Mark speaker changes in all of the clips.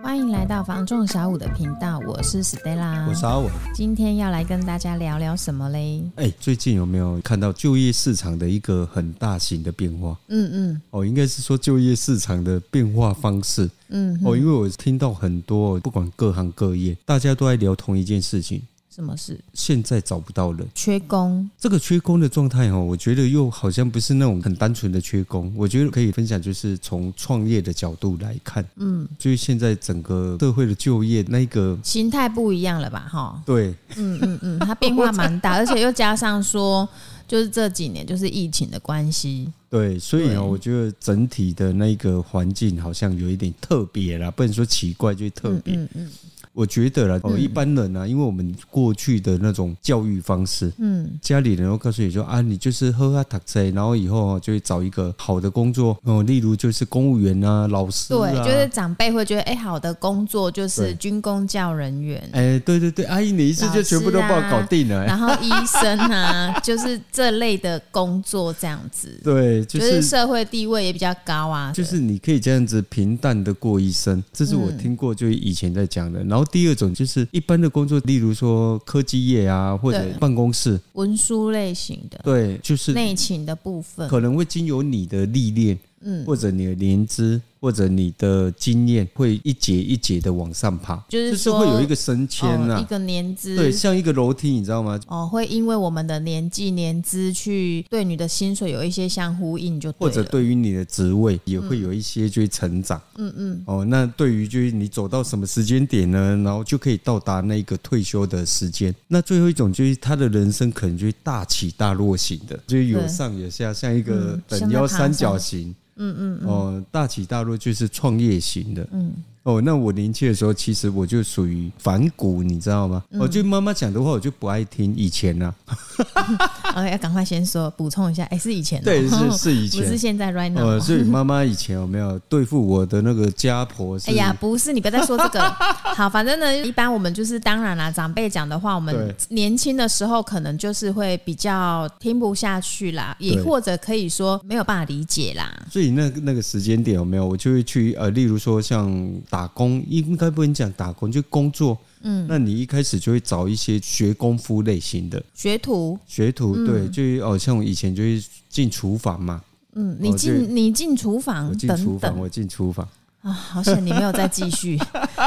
Speaker 1: 欢迎来到房仲小五的频道，我是 Stella，
Speaker 2: 我是阿伟。
Speaker 1: 今天要来跟大家聊聊什么嘞？
Speaker 2: 哎、最近有没有看到就业市场的一个很大型的变化？
Speaker 1: 嗯嗯
Speaker 2: 哦，应该是说就业市场的变化方式。
Speaker 1: 嗯，
Speaker 2: 哦，因为我听到很多，不管各行各业，大家都在聊同一件事情：
Speaker 1: 什么事？
Speaker 2: 现在找不到人。
Speaker 1: 缺工，
Speaker 2: 这个缺工的状态哦，我觉得又好像不是那种很单纯的缺工。我觉得可以分享，就是从创业的角度来看，
Speaker 1: 嗯，
Speaker 2: 就是现在整个社会的就业那个，
Speaker 1: 心态不一样了吧？哈，
Speaker 2: 对，
Speaker 1: 嗯嗯嗯，它变化蛮大，而且又加上说，就是这几年就是疫情的关系，
Speaker 2: 对，所以
Speaker 1: 对
Speaker 2: 啊，我觉得整体的那个环境好像有一点特别啦，不能说奇怪，就是特
Speaker 1: 嗯
Speaker 2: 别。
Speaker 1: 嗯嗯
Speaker 2: 我觉得啦，哦，
Speaker 1: 嗯
Speaker 2: 一般人啊，因为我们过去的那种教育方式。
Speaker 1: 嗯，
Speaker 2: 家里人会告诉你说啊，你就是喝啊、读车，然后以后啊就会找一个好的工作，哦，例如就是公务员啊、老师啊，
Speaker 1: 对，就是长辈会觉得，哎、好的工作就是
Speaker 2: 对
Speaker 1: 军工教人员，
Speaker 2: 哎、对对对，阿姨你一次就全部都帮我搞定了、
Speaker 1: 啊
Speaker 2: 哎
Speaker 1: 然后医生啊，就是这类的工作这样子，
Speaker 2: 对，就
Speaker 1: 就是
Speaker 2: 是
Speaker 1: 社会地位也比较高啊，
Speaker 2: 就是你可以这样子平淡的过一
Speaker 1: 嗯
Speaker 2: 生，这是我听过就是以前在讲的。然后第二种就是一般的工作，例如说科技业啊，或者
Speaker 1: 对
Speaker 2: 办公室，
Speaker 1: 文书类型的
Speaker 2: 对，就是
Speaker 1: 内勤的部分，
Speaker 2: 可能会经由你的历练，
Speaker 1: 嗯，
Speaker 2: 或者你的年资，或者你的经验，会一节一节的往上爬，
Speaker 1: 就是
Speaker 2: 就是
Speaker 1: 说
Speaker 2: 会有一个升迁呐、
Speaker 1: 哦一个年资，
Speaker 2: 啊对，像一个楼梯，你知道吗？
Speaker 1: 哦，会因为我们的年纪、年资去对你的薪水有一些相呼应，就
Speaker 2: 或
Speaker 1: 对
Speaker 2: 者
Speaker 1: 了。
Speaker 2: 对于你的职位也会有一些就是成长，嗯嗯，哦，那对于就是你走到什么时间点呢，然后就可以到达那个退休的时间。那最后一种就是他的人生可能就是大起大落型的，就是有
Speaker 1: 对
Speaker 2: 上有下，像一个
Speaker 1: 嗯
Speaker 2: 等
Speaker 1: 像在
Speaker 2: 腰
Speaker 1: 爬
Speaker 2: 三角
Speaker 1: 山
Speaker 2: 形，
Speaker 1: 嗯嗯
Speaker 2: 哦，大起大落就是创业型的，
Speaker 1: 嗯，
Speaker 2: 哦，那我年轻的时候，其实我就属于反骨，你知道吗？我、就妈妈讲的话，我就不爱听。以前呢、啊，
Speaker 1: 呃，要赶快先说补充一下，哎、是以前、哦，
Speaker 2: 对，是是以
Speaker 1: 不是
Speaker 2: 前，
Speaker 1: 现在 right now
Speaker 2: 呃，
Speaker 1: 哦。
Speaker 2: 所以妈妈以前有没有对付我的那个家婆是？
Speaker 1: 哎呀，不是，你别再说这个 了。好，反正呢，一般我们就是当然啦，长辈讲的话，我们
Speaker 2: 对
Speaker 1: 年轻的时候可能就是会比较听不下去啦，也
Speaker 2: 对
Speaker 1: 或者可以说没有办法理解啦。
Speaker 2: 所以那那个时间点有没有，我就会去呃，例如说像打工，应该不能讲打工，就工作。嗯，那你一开始就会找一些学功夫类型的
Speaker 1: 学徒，
Speaker 2: 学徒，对，就是哦，像我以前就是进厨房嘛，
Speaker 1: 嗯，你
Speaker 2: 哦
Speaker 1: 进、
Speaker 2: 这
Speaker 1: 你进厨房
Speaker 2: 我进
Speaker 1: 等
Speaker 2: 厨
Speaker 1: 嗯等
Speaker 2: 房，我进厨房，
Speaker 1: 啊，好险你没有再继续，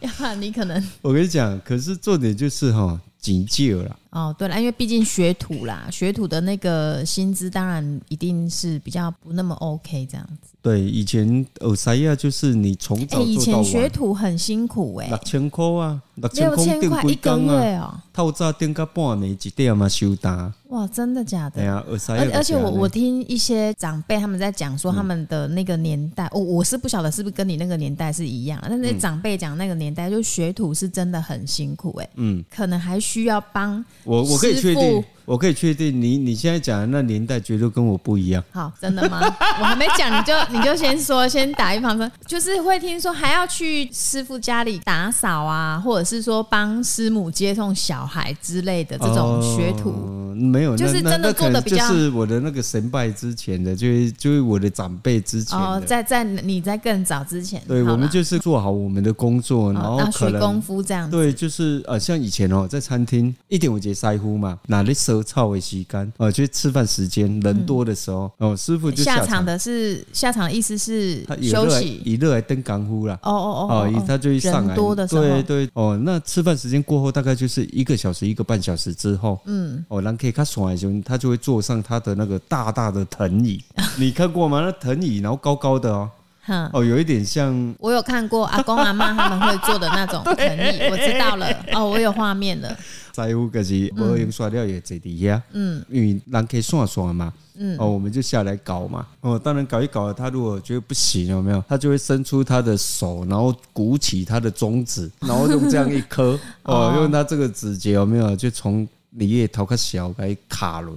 Speaker 1: 要不然你可能
Speaker 2: 我跟你讲，可是重点就是哈、警戒了啦。
Speaker 1: 哦，对了，因为毕竟学徒啦，学徒的那个薪资当然一定是比较不那么 OK 这样子。
Speaker 2: 对，以前耳塞亚就是你从
Speaker 1: 哎、
Speaker 2: 早
Speaker 1: 以
Speaker 2: 做到
Speaker 1: 前学
Speaker 2: 晚，
Speaker 1: 徒很辛苦哎、
Speaker 2: 六千块啊，六千
Speaker 1: 六
Speaker 2: 块
Speaker 1: 千
Speaker 2: 定
Speaker 1: 块一
Speaker 2: 几
Speaker 1: 个
Speaker 2: 工啊，
Speaker 1: 月哦、
Speaker 2: 透早定到半暝一点嘛收单。
Speaker 1: 哇，真的假
Speaker 2: 哎
Speaker 1: 的？
Speaker 2: 呀，耳塞
Speaker 1: 而
Speaker 2: 亚。
Speaker 1: 而且我我听一些长辈他们在讲
Speaker 2: 嗯
Speaker 1: 说他们的那个年代，哦我、我是不晓得是不是跟你那个年代是一样啊，但是
Speaker 2: 嗯
Speaker 1: 长辈讲那个年代就学徒是真的很辛苦哎、
Speaker 2: 嗯，
Speaker 1: 可能还需要帮
Speaker 2: 我我可以
Speaker 1: 师
Speaker 2: 确定
Speaker 1: 傅，
Speaker 2: 我可以确定你你现在讲的那年代绝对跟我不一样。
Speaker 1: 好，真的吗？ 我还没讲，你就你就先说，先打预防针，就是会听说还要去师傅家里打扫啊，或者是说帮师母接送小孩之类的这种学徒。
Speaker 2: 哦没有，
Speaker 1: 就是
Speaker 2: 那
Speaker 1: 真的
Speaker 2: 那那可
Speaker 1: 做得
Speaker 2: 能
Speaker 1: 比较
Speaker 2: 就是我的那个神拜之前的，就是就是我的长辈之前
Speaker 1: 哦，
Speaker 2: 的。
Speaker 1: 在在你在更早之前，
Speaker 2: 对，
Speaker 1: 好啦
Speaker 2: 我们就是做好我们的工作，然
Speaker 1: 哦
Speaker 2: 后可
Speaker 1: 学
Speaker 2: 能
Speaker 1: 功夫这样子。
Speaker 2: 对，就是呃，像以前哦，在餐厅一点五节塞呼嘛，哪里舌操为吸干，呃，就是吃饭时间人多的时候，哦，师傅就
Speaker 1: 嗯下
Speaker 2: 场，
Speaker 1: 场的是下场，意思是
Speaker 2: 他以热
Speaker 1: 休
Speaker 2: 来
Speaker 1: 息。
Speaker 2: 以热来登港呼啦。
Speaker 1: 哦哦哦
Speaker 2: 哦，以
Speaker 1: 哦，
Speaker 2: 他就一上来，
Speaker 1: 人多的时候
Speaker 2: 对对哦。那吃饭时间过后，大概就是一个小时、一个半小时之后，嗯，哦，人可以看爽的时候，他就会坐上他的那个大大的藤椅，你看过吗？那藤椅，然后高高的哦，
Speaker 1: 哼，
Speaker 2: 哦，有一点像
Speaker 1: 我有看过阿公阿妈他们会做的那 种藤椅，我知道了。哦，我有画面了。
Speaker 2: 在乎可是无用刷掉也坐底下，嗯，因为人可以算算嘛，嗯，哦，我们就下来搞嘛，哦，当然搞一搞，他如果觉得不行，有没有？他就会伸出他的手，然后鼓起他的中 指，然后用这样一 颗，哦，用他这个指节有没有？就从里面头壳小给卡 了，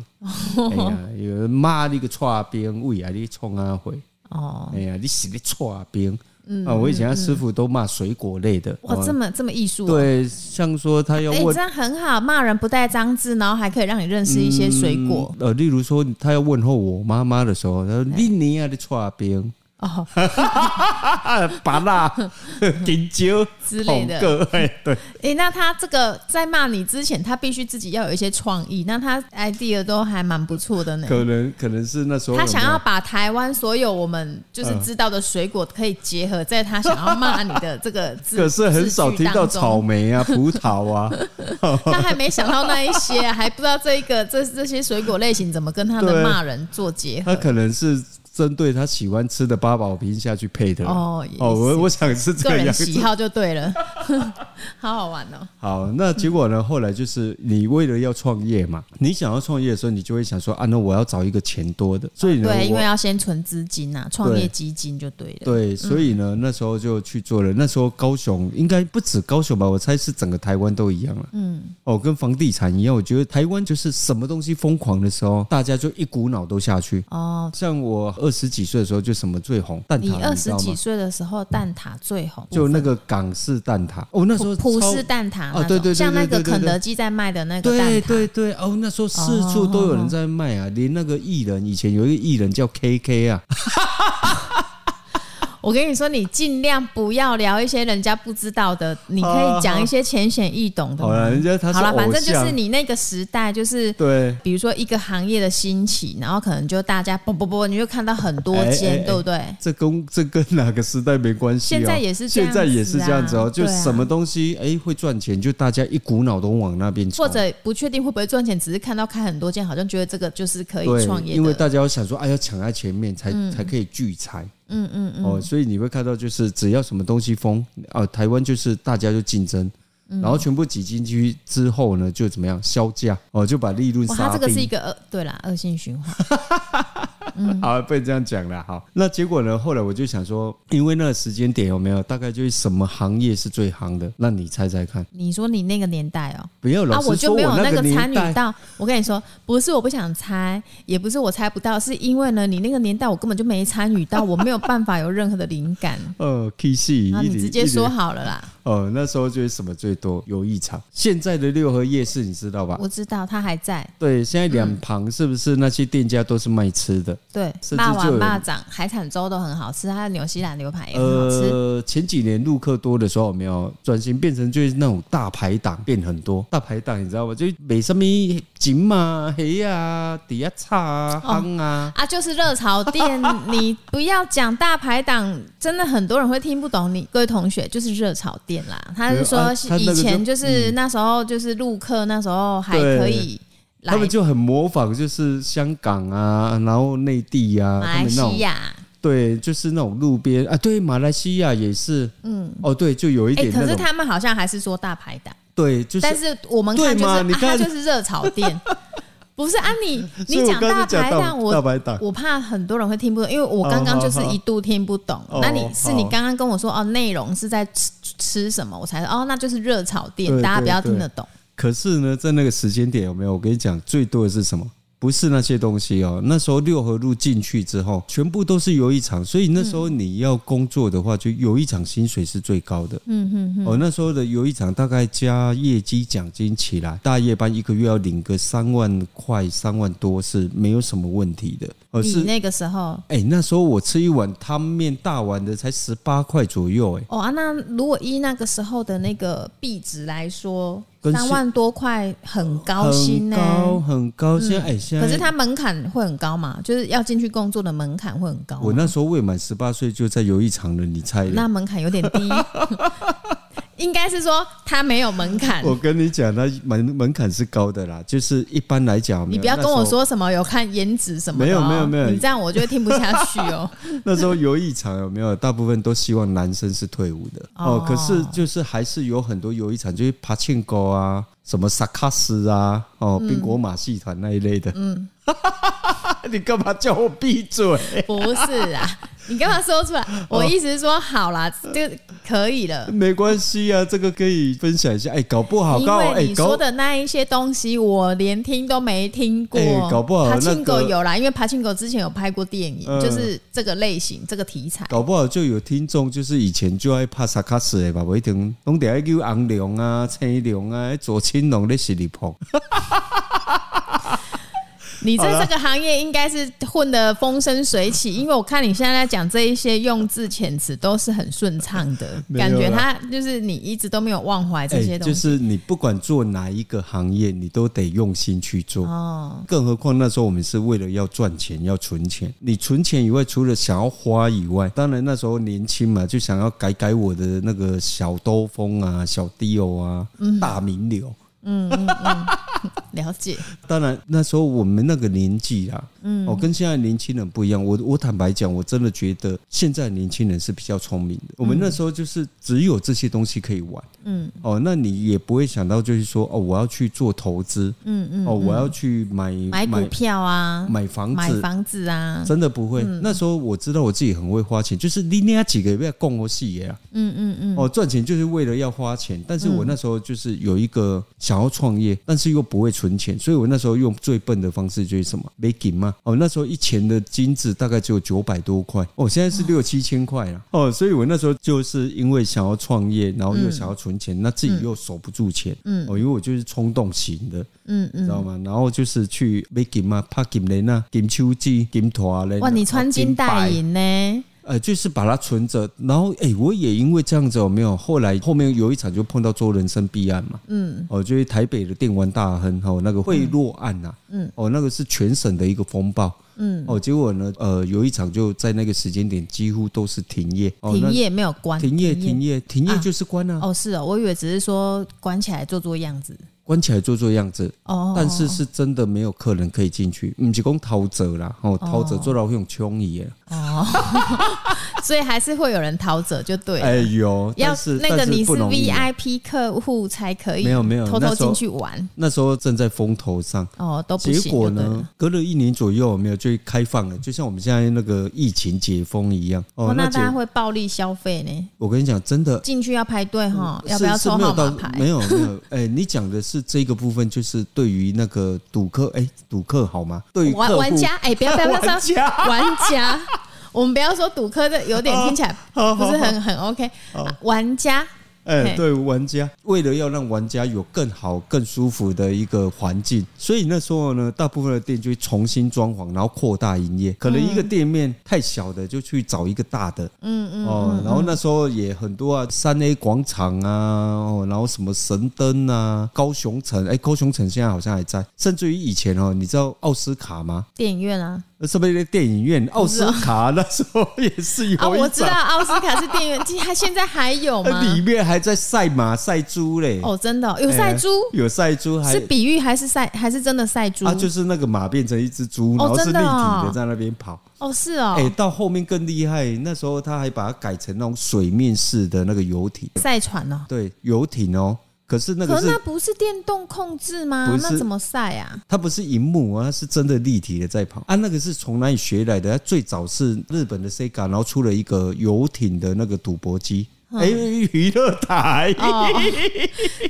Speaker 2: 哎呀，有人骂你个串边，喂啊，你冲啊回，
Speaker 1: 哦，
Speaker 2: 哎呀，你是你串边，嗯啊，我以前他师傅都骂水果类的，
Speaker 1: 哇，
Speaker 2: 哦嗯
Speaker 1: 这么这么艺术、哦。
Speaker 2: 对，像说他要
Speaker 1: 哎、你
Speaker 2: 问
Speaker 1: 这样很好，骂人不带脏字，然后还可以让你认识一些水果。
Speaker 2: 呃，例如说他要问候我妈妈的时候，他说：“你
Speaker 1: 哎
Speaker 2: 你啊，你搓冰
Speaker 1: 哦，
Speaker 2: 啊，拔蜡、金蕉
Speaker 1: 之类的
Speaker 2: 各位哎对，
Speaker 1: 诶、哎那他这个在骂你之前，他必须自己要有一些创意。那他 idea 都还蛮不错的呢。
Speaker 2: 可能可能是那时候
Speaker 1: 他
Speaker 2: 有没
Speaker 1: 想
Speaker 2: 有
Speaker 1: 要把台湾所有我们就是知道的水果，可以结合在他想要骂你的这个字。
Speaker 2: 可是很少听到草
Speaker 1: 字
Speaker 2: 莓啊、葡萄啊，
Speaker 1: 句当中，他还没想到那一些、 还不知道这一个这这些水果类型怎么跟他的
Speaker 2: 对
Speaker 1: 骂人做结合
Speaker 2: 他。可能是针对他喜欢吃的八宝瓶下去配的。
Speaker 1: 哦也
Speaker 2: 哦，
Speaker 1: 是
Speaker 2: 我我想是
Speaker 1: 个
Speaker 2: 这
Speaker 1: 人
Speaker 2: 样。
Speaker 1: 喜好就对了， 好好玩哦。
Speaker 2: 好，那结果呢？后来就是你为了要创业嘛，你想要创业的时候，你就会想说啊，那我要找一个钱多的，所以呢，
Speaker 1: 对，因为
Speaker 2: 我
Speaker 1: 要先存资金呐、创业基金就对了。
Speaker 2: 对，所以呢，那时候就去做了。那时候高雄应该不止高雄吧，我猜是整个台湾都一样了。嗯，哦，跟房地产一样，我觉得台湾就是什么东西疯狂的时候，大家就一股脑都下去。
Speaker 1: 哦，
Speaker 2: 像我二十几岁的时候，就什么最红蛋挞，
Speaker 1: 你二十
Speaker 2: 知道
Speaker 1: 几
Speaker 2: 吗？
Speaker 1: 岁的时候，蛋挞最红，
Speaker 2: 就那个港式蛋挞。哦，那时候
Speaker 1: 葡
Speaker 2: 超
Speaker 1: 式蛋挞那
Speaker 2: 哦
Speaker 1: 种，
Speaker 2: 对对对
Speaker 1: 像那个
Speaker 2: 对对对
Speaker 1: 肯德基在卖的那个蛋挞，
Speaker 2: 对
Speaker 1: 哦
Speaker 2: 对对，哦，那时候四处都有人在卖啊，连那个艺人，以前有一个艺人叫 KK 啊，
Speaker 1: 我跟你说，你尽量不要聊一些人家不知道的，你可以讲一些浅显易懂的
Speaker 2: 好了，哦人
Speaker 1: 嘛。
Speaker 2: 家他是
Speaker 1: 好了，反
Speaker 2: 偶
Speaker 1: 正就是
Speaker 2: 像，
Speaker 1: 你那个时代，就是
Speaker 2: 对，
Speaker 1: 比如说一个行业的兴起，然后可能就大家啵啵啵，你就看到很多
Speaker 2: 哎哎
Speaker 1: 间，
Speaker 2: 哎
Speaker 1: 对不对？
Speaker 2: 这跟 这跟哪个时代没关系、哦，
Speaker 1: 现在也是这样
Speaker 2: 现在也是这样子哦，
Speaker 1: 子啊
Speaker 2: 就
Speaker 1: 对啊
Speaker 2: 什么东西哎、会赚钱，就大家一股脑都往那边冲
Speaker 1: 或。者不确定会不会赚钱，只是看到开很多间，好像觉得这个就是可以
Speaker 2: 对
Speaker 1: 创，业的。
Speaker 2: 因为大家要想说，哎、要抢在前面才、才可以聚财，
Speaker 1: 嗯嗯嗯，
Speaker 2: 哦，所以你会看到，就是只要什么东西疯啊、台湾就是大家就竞争，
Speaker 1: 嗯
Speaker 2: 然后全部挤进去之后呢，就怎么样销价哦，就把利润
Speaker 1: 哇，
Speaker 2: 杀
Speaker 1: 它这个是一嗯
Speaker 2: 低。
Speaker 1: 个恶，对啦，恶性循环。
Speaker 2: 好，被这样讲了。好，那结果呢？后来我就想说，因为那个时间点有没有大概就是什么行业是最行的？那你猜猜看。
Speaker 1: 你说你那个年代哦、
Speaker 2: 不要
Speaker 1: 啊
Speaker 2: 老，
Speaker 1: 我
Speaker 2: 是
Speaker 1: 就
Speaker 2: 说
Speaker 1: 没有
Speaker 2: 那
Speaker 1: 个参
Speaker 2: 年代
Speaker 1: 与，到。我跟你说，不是我不想猜，也不是我猜不到，是因为呢，你那个年代我根本就没参与到，我没有办法有任何的灵 感。
Speaker 2: 呃，K 系
Speaker 1: 那
Speaker 2: 一
Speaker 1: 啊你
Speaker 2: 直
Speaker 1: 直接说好了啦，
Speaker 2: 哦，那时候就是什么最多有一场。现在的六合夜市你知道吧？
Speaker 1: 我知道他还在，
Speaker 2: 对，现在两旁是不是那些店家都是卖吃的？
Speaker 1: 对，
Speaker 2: 甚至
Speaker 1: 霸
Speaker 2: 就有
Speaker 1: 王、
Speaker 2: 人
Speaker 1: 霸掌、海产粥都很好吃，它的纽西兰牛排也哎很好吃。
Speaker 2: 呃，前几年路客多的时候，有没有转型变成就是那种大排档变很多？大排档你知道吗？就没什么金啊、黑啊、底下叉啊、夯啊。
Speaker 1: 啊，就是热炒 店，你不要讲大排档，真的很多人会听不懂你。各位同学，就是热炒店啦。他是
Speaker 2: 没有
Speaker 1: 说
Speaker 2: 啊他那
Speaker 1: 以
Speaker 2: 个嗯就
Speaker 1: 前就是那时候就是陆客，那时候还
Speaker 2: 对
Speaker 1: 可以来
Speaker 2: 他们就很模仿，就是香港啊，然后内地啊，
Speaker 1: 马
Speaker 2: 他
Speaker 1: 来
Speaker 2: 们那种
Speaker 1: 西亚。
Speaker 2: 对，就是那种路边啊，对，马来西亚也是，嗯，哦，对，就有一
Speaker 1: 哎、
Speaker 2: 点
Speaker 1: 可
Speaker 2: 那
Speaker 1: 是
Speaker 2: 种，
Speaker 1: 他们好像还是说大排档，
Speaker 2: 对，就是，
Speaker 1: 但是我们看
Speaker 2: 对
Speaker 1: 就是
Speaker 2: 嘛
Speaker 1: 啊
Speaker 2: 你，
Speaker 1: 它
Speaker 2: 看
Speaker 1: 就是热炒 店。不是啊你，你
Speaker 2: 所以我
Speaker 1: 讲
Speaker 2: 刚
Speaker 1: 大
Speaker 2: 刚就
Speaker 1: 排
Speaker 2: 讲
Speaker 1: 档，我
Speaker 2: 大白档，
Speaker 1: 我怕很多人会听不懂，因为我刚刚就是一度听不懂。
Speaker 2: 啊哦好好
Speaker 1: 那你
Speaker 2: 哦
Speaker 1: 是你
Speaker 2: 好
Speaker 1: 刚刚跟我说哦，内容是在吃吃什么，我才哦，那就是热炒店，
Speaker 2: 对
Speaker 1: 大家
Speaker 2: 对
Speaker 1: 比较听
Speaker 2: 对
Speaker 1: 得懂。
Speaker 2: 可是呢，在那个时间点有没有？我跟你讲，最多的是什么？不是那些东西哦，那时候六合路进去之后，全部都是游艺场，所以那时候你要工作的话，就游艺场薪水是最高的。嗯哼哼。哦，那时候的游艺场大概加业绩奖金起来，大夜班一个月要领个三万块、三万多是没有什么问题的。而
Speaker 1: 你
Speaker 2: 是
Speaker 1: 那个时候
Speaker 2: 哎、那时候我吃一碗汤面大碗的才十八块左右、哎，
Speaker 1: 哦啊，那如果依那个时候的那个币值来说，
Speaker 2: 跟
Speaker 1: 三
Speaker 2: 现
Speaker 1: 万多块很高薪
Speaker 2: 很
Speaker 1: 呢、嗯
Speaker 2: 高很高。现在哎、现在
Speaker 1: 可是它门槛会很高嘛，就是要进去工作的门槛会很高吗。
Speaker 2: 我那时候未满十八岁就在游艺场了，你猜
Speaker 1: 那
Speaker 2: 的？
Speaker 1: 门槛有点低， 应该是说它没有门槛。
Speaker 2: 我跟你讲，那门门槛是高的啦，就是一般来讲，
Speaker 1: 你不要跟我
Speaker 2: 那时候。
Speaker 1: 说什么有看颜值什么的、哦，
Speaker 2: 没有没有没有
Speaker 1: 你这样我就会听不下去 哦。
Speaker 2: 那时候游艺场有没有？大部分都希望男生是退伍的哦
Speaker 1: 哦，
Speaker 2: 可是就是还是有很多游艺场就是爬庆沟啊，什么萨卡斯啊，
Speaker 1: 嗯
Speaker 2: 哦，宾果马戏团那一类的。嗯， 你干嘛叫我闭嘴？
Speaker 1: 不是啊，你干嘛说出来？我意思是说，好啦，就可以了。
Speaker 2: 没关系啊，这个可以分享一下。哎、搞不好，
Speaker 1: 因
Speaker 2: 刚好
Speaker 1: 为
Speaker 2: 哎，
Speaker 1: 你
Speaker 2: 搞
Speaker 1: 说的那一些东西，我连听都没听过。
Speaker 2: 哎搞不好
Speaker 1: 爬
Speaker 2: 那
Speaker 1: 青狗
Speaker 2: 个
Speaker 1: 有啦，因为爬青狗之前有拍过电影，
Speaker 2: 嗯
Speaker 1: 就是这个类型、这个题材。
Speaker 2: 搞不好就有听众就是以前就爱拍萨卡斯的吧，不一定拢得爱叫红龙啊、青龙啊、左青龙咧是里碰。
Speaker 1: 你
Speaker 2: 好
Speaker 1: 在
Speaker 2: 了
Speaker 1: 这个行业应该是混得风生水起，因为我看你现在在讲这一些用字遣词都是很顺畅的，
Speaker 2: 没有
Speaker 1: 感
Speaker 2: 啦
Speaker 1: 觉他就是你一直都没有忘怀这些东西。
Speaker 2: 哎就是你不管做哪一个行业，你都得用心去做。
Speaker 1: 哦，
Speaker 2: 更何况那时候我们是为了要赚钱，要存钱。你存钱以外，除了想要花以外，当然那时候年轻嘛，就想要改改我的那个小兜风啊、小 deal 啊、
Speaker 1: 嗯
Speaker 2: 大名流。
Speaker 1: 了解。
Speaker 2: 当然，那时候我们那个年纪啊，嗯，哦，跟现在年轻人不一样。我我坦白讲，我真的觉得现在年轻人是比较聪明的。我们那时候就是只有这些东西可以玩，嗯，哦，那你也不会想到就是说，哦，我要去做投资，
Speaker 1: 嗯嗯，
Speaker 2: 哦，我要去买
Speaker 1: 买股票啊，
Speaker 2: 买房
Speaker 1: 买
Speaker 2: 子。
Speaker 1: 房子啊，
Speaker 2: 真的不会，那时候我知道我自己很会花钱，就是你那几个月要供我细爷啊，
Speaker 1: 嗯嗯嗯，
Speaker 2: 哦，赚钱就是为了要花钱，但是我那时候就是有一个想要创业，但是又不会存钱，所以我那时候用最笨的方式就是什么没给嘛。哦，那时候一钱的金子大概只有九百多块，哦，现在是六七千块了。哦，所以我那时候就是因为想要创业，然后又想要存钱，那自己又守不住钱，嗯，哦，因为我就是冲动型的，
Speaker 1: 嗯
Speaker 2: 你知道吗？然后就是去没给嘛，怕给人啊，给秋季，给拖人。
Speaker 1: 哇，你穿金戴
Speaker 2: 白
Speaker 1: 银呢？
Speaker 2: 呃，就是把它存着，然后哎、我也因为这样子有没有？后来后面有一场就碰到周人生弊案嘛，嗯，哦，就是台北的电玩大亨哦，那个贿赂案呐、嗯，哦，那个是全省的一个风暴，嗯，哦，结果呢，呃，有一场就在那个时间点几乎都是停业，哦，
Speaker 1: 停
Speaker 2: 那
Speaker 1: 业没有关，
Speaker 2: 停业，停业，停业就是关啊，
Speaker 1: 哦，是哦，我以为只是说关起来做做样子。
Speaker 2: 关起来做做样子，
Speaker 1: 哦，
Speaker 2: 但是是真的没有客人可以进去，唔是讲逃者啦，哦，逃者做到用穷爷，
Speaker 1: 哦， 所以还是会有人逃走就对了。啊
Speaker 2: 哎呦，
Speaker 1: 要
Speaker 2: 但是
Speaker 1: 那个
Speaker 2: 但
Speaker 1: 你
Speaker 2: 不容易啊
Speaker 1: VIP 客户才可以，
Speaker 2: 没有没有
Speaker 1: 偷
Speaker 2: 那
Speaker 1: 偷
Speaker 2: 时候
Speaker 1: 进去玩
Speaker 2: 那时候正在风头上。
Speaker 1: 哦，都不
Speaker 2: 结
Speaker 1: 行。
Speaker 2: 果
Speaker 1: 就对了
Speaker 2: 呢？，隔了一年左右，有没有就开放了，就像我们现在那个疫情解封一样。
Speaker 1: 哦，那
Speaker 2: 解
Speaker 1: 大家会暴力消费呢？
Speaker 2: 我跟你讲，真的
Speaker 1: 进去要排队哈，要不要
Speaker 2: 嗯是是
Speaker 1: 抽
Speaker 2: 没
Speaker 1: 号
Speaker 2: 有
Speaker 1: 码
Speaker 2: 到
Speaker 1: 牌？
Speaker 2: 没有没有， 哎，你讲的是这个部分，就是对于那个赌客，哎，赌客好吗？对于客
Speaker 1: 玩
Speaker 2: 户
Speaker 1: 玩家，哎，不要不要不要，
Speaker 2: 玩家
Speaker 1: 玩家，我们不要说赌客，这有点听起来
Speaker 2: 好
Speaker 1: 不是很很 OK。啊玩家，
Speaker 2: 哎
Speaker 1: 嘿，
Speaker 2: 对玩家，为了要让玩家有更好、更舒服的一个环境，所以那时候呢，大部分的店就会重新装潢，然后扩大营业。可能一个店面太小的，就去找一个大的。嗯嗯。哦，然后那时候也很多啊，三 A 广场啊，哦，然后什么神灯啊，高雄城，哎，高雄城现在好像还在，甚至于以前哦，你知道奥斯卡吗？
Speaker 1: 电影院啊，
Speaker 2: 那是不是电影院？奥斯卡那时候也是有一
Speaker 1: 啊，
Speaker 2: 场。
Speaker 1: 我知道奥斯卡是电影院，其实它现在还 有吗？
Speaker 2: 哎里面还在赛马赛猪嘞，
Speaker 1: 哦，真的哦有晒猪，
Speaker 2: 哎有晒猪还
Speaker 1: 是比喻还是晒还是真的晒猪
Speaker 2: 啊，？就是那个马变成一只猪，
Speaker 1: 哦
Speaker 2: 然后是立
Speaker 1: 真
Speaker 2: 体
Speaker 1: 的哦
Speaker 2: 的在那边跑。
Speaker 1: 哦，是哦
Speaker 2: 哎、，到后面更厉害，那时候他还把它改成那种水面式的那个游艇，
Speaker 1: 晒船哦。
Speaker 2: 对，游艇哦。可是那
Speaker 1: 可
Speaker 2: 个
Speaker 1: 是那
Speaker 2: 是
Speaker 1: 不是电动控制吗
Speaker 2: 不？是
Speaker 1: 那怎么晒啊？
Speaker 2: 它不是荧幕啊，它是真的立体的在跑啊。那个是从哪里学来的？它最早是日本的 Sega，然后出了一个游艇的那个赌博机，哎、娱乐台。
Speaker 1: 嗯哦，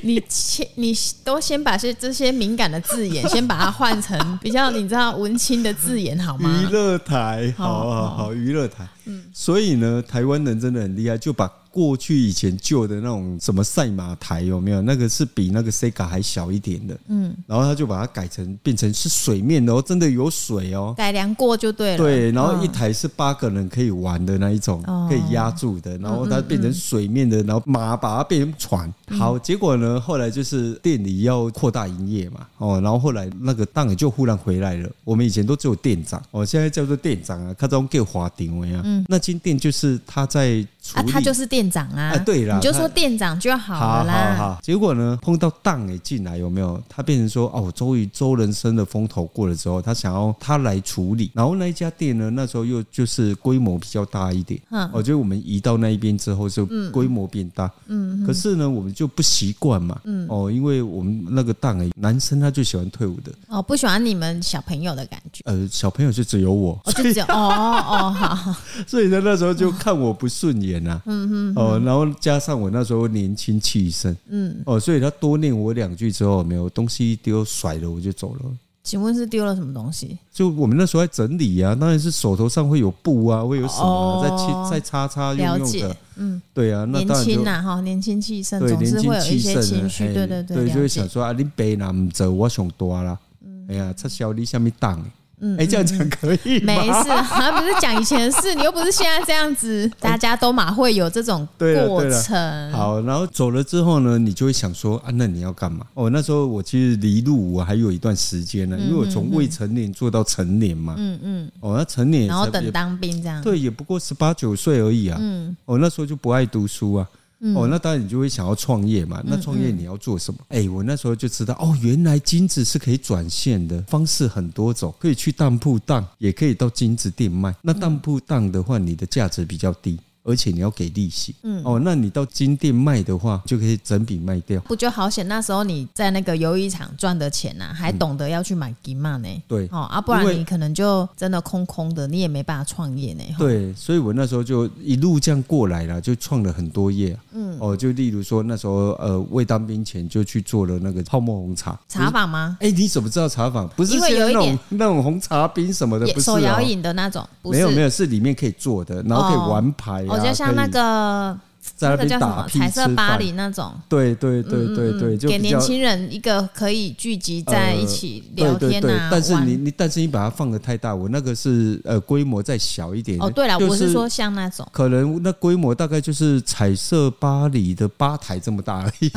Speaker 1: 你先你都先把这这些敏感的字眼，先把它换成比较你知道文青的字眼好
Speaker 2: 娱
Speaker 1: 吗？
Speaker 2: 乐台，好
Speaker 1: 好嗯
Speaker 2: 好好，娱乐台。所以呢，台湾人真的很厉害，就把过去以前旧的那种什么赛马台有没有？那个是比那个 Sega 还小一点的，嗯，然后他就把它改成变成是水面的哦，真的有水哦。
Speaker 1: 改良过就对了。
Speaker 2: 对，然后一
Speaker 1: 嗯
Speaker 2: 台是八个人可以玩的那一种，
Speaker 1: 哦
Speaker 2: 可以压住的，然后它变成水面的，然后马把它变成船。
Speaker 1: 嗯
Speaker 2: 好，结果呢，后来就是店里要扩大营业嘛，哦，然后后来那个档也就忽然回来了。我们以前都只有店长，哦，现在叫做店长啊，他这种叫华鼎威啊。那间店就是他在处
Speaker 1: 嗯啊，
Speaker 2: 理。
Speaker 1: 他就是店长啊
Speaker 2: 啊，对啦
Speaker 1: 你就说
Speaker 2: 他
Speaker 1: 店长就好了
Speaker 2: 好
Speaker 1: 啦。
Speaker 2: 好好，结果呢，碰到档也进来，有没有？他变成说，哦，周瑜周人生的风头过了之后，他想要他来处理。然后那一家店呢，那时候又就是规模比较大一点，哦
Speaker 1: 嗯
Speaker 2: 我觉得我们移到那一边之后，就规模变大，嗯，可是呢，我们就不习惯嘛，嗯，哦，因为我们那个档哎，男生他就喜欢退伍的，
Speaker 1: 哦，不喜欢你们小朋友的感觉。
Speaker 2: 呃，小朋友就只有我，
Speaker 1: 哦，就只有哦哦好，
Speaker 2: 所以他那时候就看我不顺眼年呐、嗯嗯，哦，然后加上我那时候年轻气盛，嗯，哦，所以他多念我两句之后，没有东西一丢甩了我就走了。
Speaker 1: 请问是丢了什么东西？
Speaker 2: 就我们那时候在整理啊，当然是手头上会有布啊，会有什么、啊、在
Speaker 1: 哦
Speaker 2: 切在擦擦用
Speaker 1: 了
Speaker 2: 用
Speaker 1: 解
Speaker 2: 的，，嗯，对啊，那
Speaker 1: 年
Speaker 2: 当然就
Speaker 1: 轻呐哈，年轻气盛，
Speaker 2: 对
Speaker 1: 总
Speaker 2: 年
Speaker 1: 是
Speaker 2: 轻
Speaker 1: 会有一
Speaker 2: 气
Speaker 1: 些
Speaker 2: 盛
Speaker 1: 情
Speaker 2: 啊，
Speaker 1: 绪，
Speaker 2: 嘿
Speaker 1: 对对对，
Speaker 2: 对，就
Speaker 1: 了
Speaker 2: 会
Speaker 1: 解嗯
Speaker 2: 想说啊，你北南唔走，我想多啦，哎呀，撤销你下面档，哎，这样讲可以吗？
Speaker 1: 没事， 他不是讲以前的事，你又不是现在这样 子，大家都马会有这种
Speaker 2: 对了
Speaker 1: 过
Speaker 2: 对了
Speaker 1: 程。
Speaker 2: 好，然后走了之后呢，你就会想说啊，那你要干嘛？哦，那时候我其实离入伍还有一段时间呢，因为我从未成年做到成年嘛。嗯嗯。哦，那成年也
Speaker 1: 然后
Speaker 2: 才
Speaker 1: 等
Speaker 2: 也
Speaker 1: 当兵这样，
Speaker 2: 对，也不过十八九岁而已啊。嗯。哦，那时候就不爱读书啊。哦，那当然你就会想要创业嘛。那创业你要做什么？哎、我那时候就知道哦，原来金子是可以转现的方式很多种，可以去当铺当，也可以到金子店卖。那当铺当的话，你的价值比较低。而且你要给利息，嗯，哦，那你到金店卖的话，就可以整笔卖掉。
Speaker 1: 不就好险？那时候你在那个游艺场赚的钱呐、还
Speaker 2: 嗯
Speaker 1: 懂得要去买金嘛呢？
Speaker 2: 对
Speaker 1: 哦啊，不然
Speaker 2: 因为
Speaker 1: 你可能就真的空空的，你也没办法创业 呢。吼
Speaker 2: 对，所以我那时候就一路这样过来了，就创了很多业、嗯，哦，就例如说那时候呃未当兵前就去做了那个泡沫 红茶。
Speaker 1: 茶坊吗？
Speaker 2: 哎、你怎么知道茶坊？不是
Speaker 1: 因为
Speaker 2: 现
Speaker 1: 有
Speaker 2: 在
Speaker 1: 一
Speaker 2: 那种
Speaker 1: 点
Speaker 2: 那种红茶冰什么的，
Speaker 1: 也
Speaker 2: 不是、哦
Speaker 1: 手摇饮的那种，不是
Speaker 2: 没有没有，是里面可以做的，然后可以玩牌、啊，
Speaker 1: 哦，就像那
Speaker 2: 可以
Speaker 1: 个
Speaker 2: 在
Speaker 1: 那
Speaker 2: 那
Speaker 1: 个叫什
Speaker 2: 边打
Speaker 1: 么
Speaker 2: 屁
Speaker 1: 彩色
Speaker 2: 吃
Speaker 1: 巴
Speaker 2: 饭
Speaker 1: 黎那种，嗯
Speaker 2: 对对对对对，就
Speaker 1: 给
Speaker 2: 比较
Speaker 1: 年轻人一个可以聚集在一起聊天
Speaker 2: 呃对对对
Speaker 1: 啊，
Speaker 2: 但是
Speaker 1: 玩
Speaker 2: 你你但是你把它放的太大，我那个是呃规模再小一点。
Speaker 1: 哦，对了，
Speaker 2: 就
Speaker 1: 我是说像那种。
Speaker 2: 可能那规模大概就是彩色巴黎的吧台这么大而已。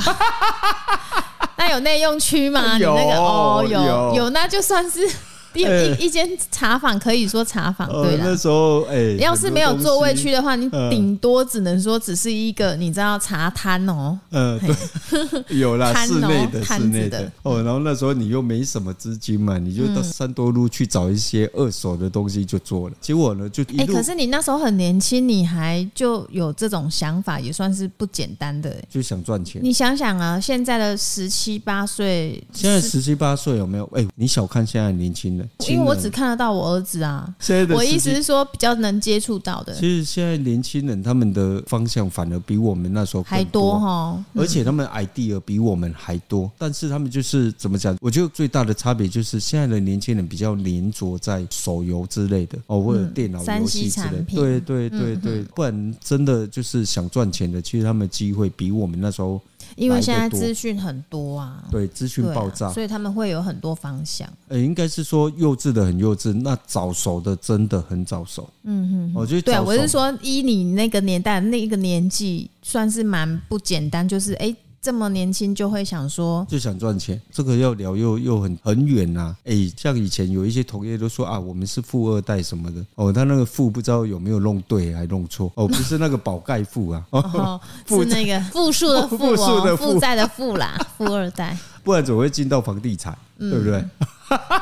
Speaker 1: 那有内用区吗？你
Speaker 2: 有
Speaker 1: 那个哦，有
Speaker 2: 有
Speaker 1: 有，那就算是 一
Speaker 2: 哎
Speaker 1: 一一间茶坊，可以说茶坊
Speaker 2: 呃
Speaker 1: 啊对，
Speaker 2: 那
Speaker 1: 了。
Speaker 2: 时候哎，
Speaker 1: 要是没有座位区，的话，你
Speaker 2: 嗯
Speaker 1: 顶多只能说只是一个，你知道茶摊哦。
Speaker 2: 呃，对， 有啦，
Speaker 1: 摊哦
Speaker 2: 室内的
Speaker 1: 摊
Speaker 2: 室
Speaker 1: 子
Speaker 2: 内
Speaker 1: 的嗯
Speaker 2: 的哦。然后那时候你又没什么资金嘛，你就到三多路去找一些二手的东西就做了。结果呢，就一
Speaker 1: 哎，
Speaker 2: 路
Speaker 1: 可是你那时候很年轻，你还就有这种想法，也算是不简单的。哎
Speaker 2: 就想赚钱。
Speaker 1: 你想想啊，现在的十七八岁，
Speaker 2: 现在十七八岁有没有？哎，你小看现在的年轻人，
Speaker 1: 因为我
Speaker 2: 亲人
Speaker 1: 只看得到我儿子啊。
Speaker 2: 现在的
Speaker 1: 我意
Speaker 2: 17
Speaker 1: 思是说，比较能接触到的
Speaker 2: 其实现在年轻人他们的方向反而比我们那时候更
Speaker 1: 还多哈。
Speaker 2: 而且他们 idea 比我们还多，但是他们就是怎么讲？我觉得最大的差别就是现在的年轻人比较粘着在手游之类的哦，或者电脑游戏之类
Speaker 1: 嗯三 C 产
Speaker 2: 的。
Speaker 1: 品嗯
Speaker 2: 对对对对，不然真的就是想赚钱的，其实他们机会比我们那时候
Speaker 1: 因为现在
Speaker 2: 来得多
Speaker 1: 资讯很多啊，
Speaker 2: 对资讯
Speaker 1: 对啊
Speaker 2: 爆炸。
Speaker 1: 所以他们会有很多方向。
Speaker 2: 呃，应该是说幼稚的很幼稚，那早熟的真的很早熟。嗯嗯，我觉得
Speaker 1: 对啊，
Speaker 2: 早熟
Speaker 1: 我是说，依你那个年代那个年纪，算是蛮不简单。就是哎、诶这么年轻就会想 说，
Speaker 2: 就想赚钱，这个要聊又又很很远呐、啊。哎、像以前有一些同业都说啊，我们是富二代什么的。哦，他那个富不知道有没有弄对还弄错。哦，不是那个宝盖富啊，哦，
Speaker 1: 哦，
Speaker 2: 负
Speaker 1: 是那个负数的负
Speaker 2: 负数
Speaker 1: 哦，
Speaker 2: 的负
Speaker 1: 负债的负啦， 富二代，
Speaker 2: 不然怎么会进到房地产？对不对？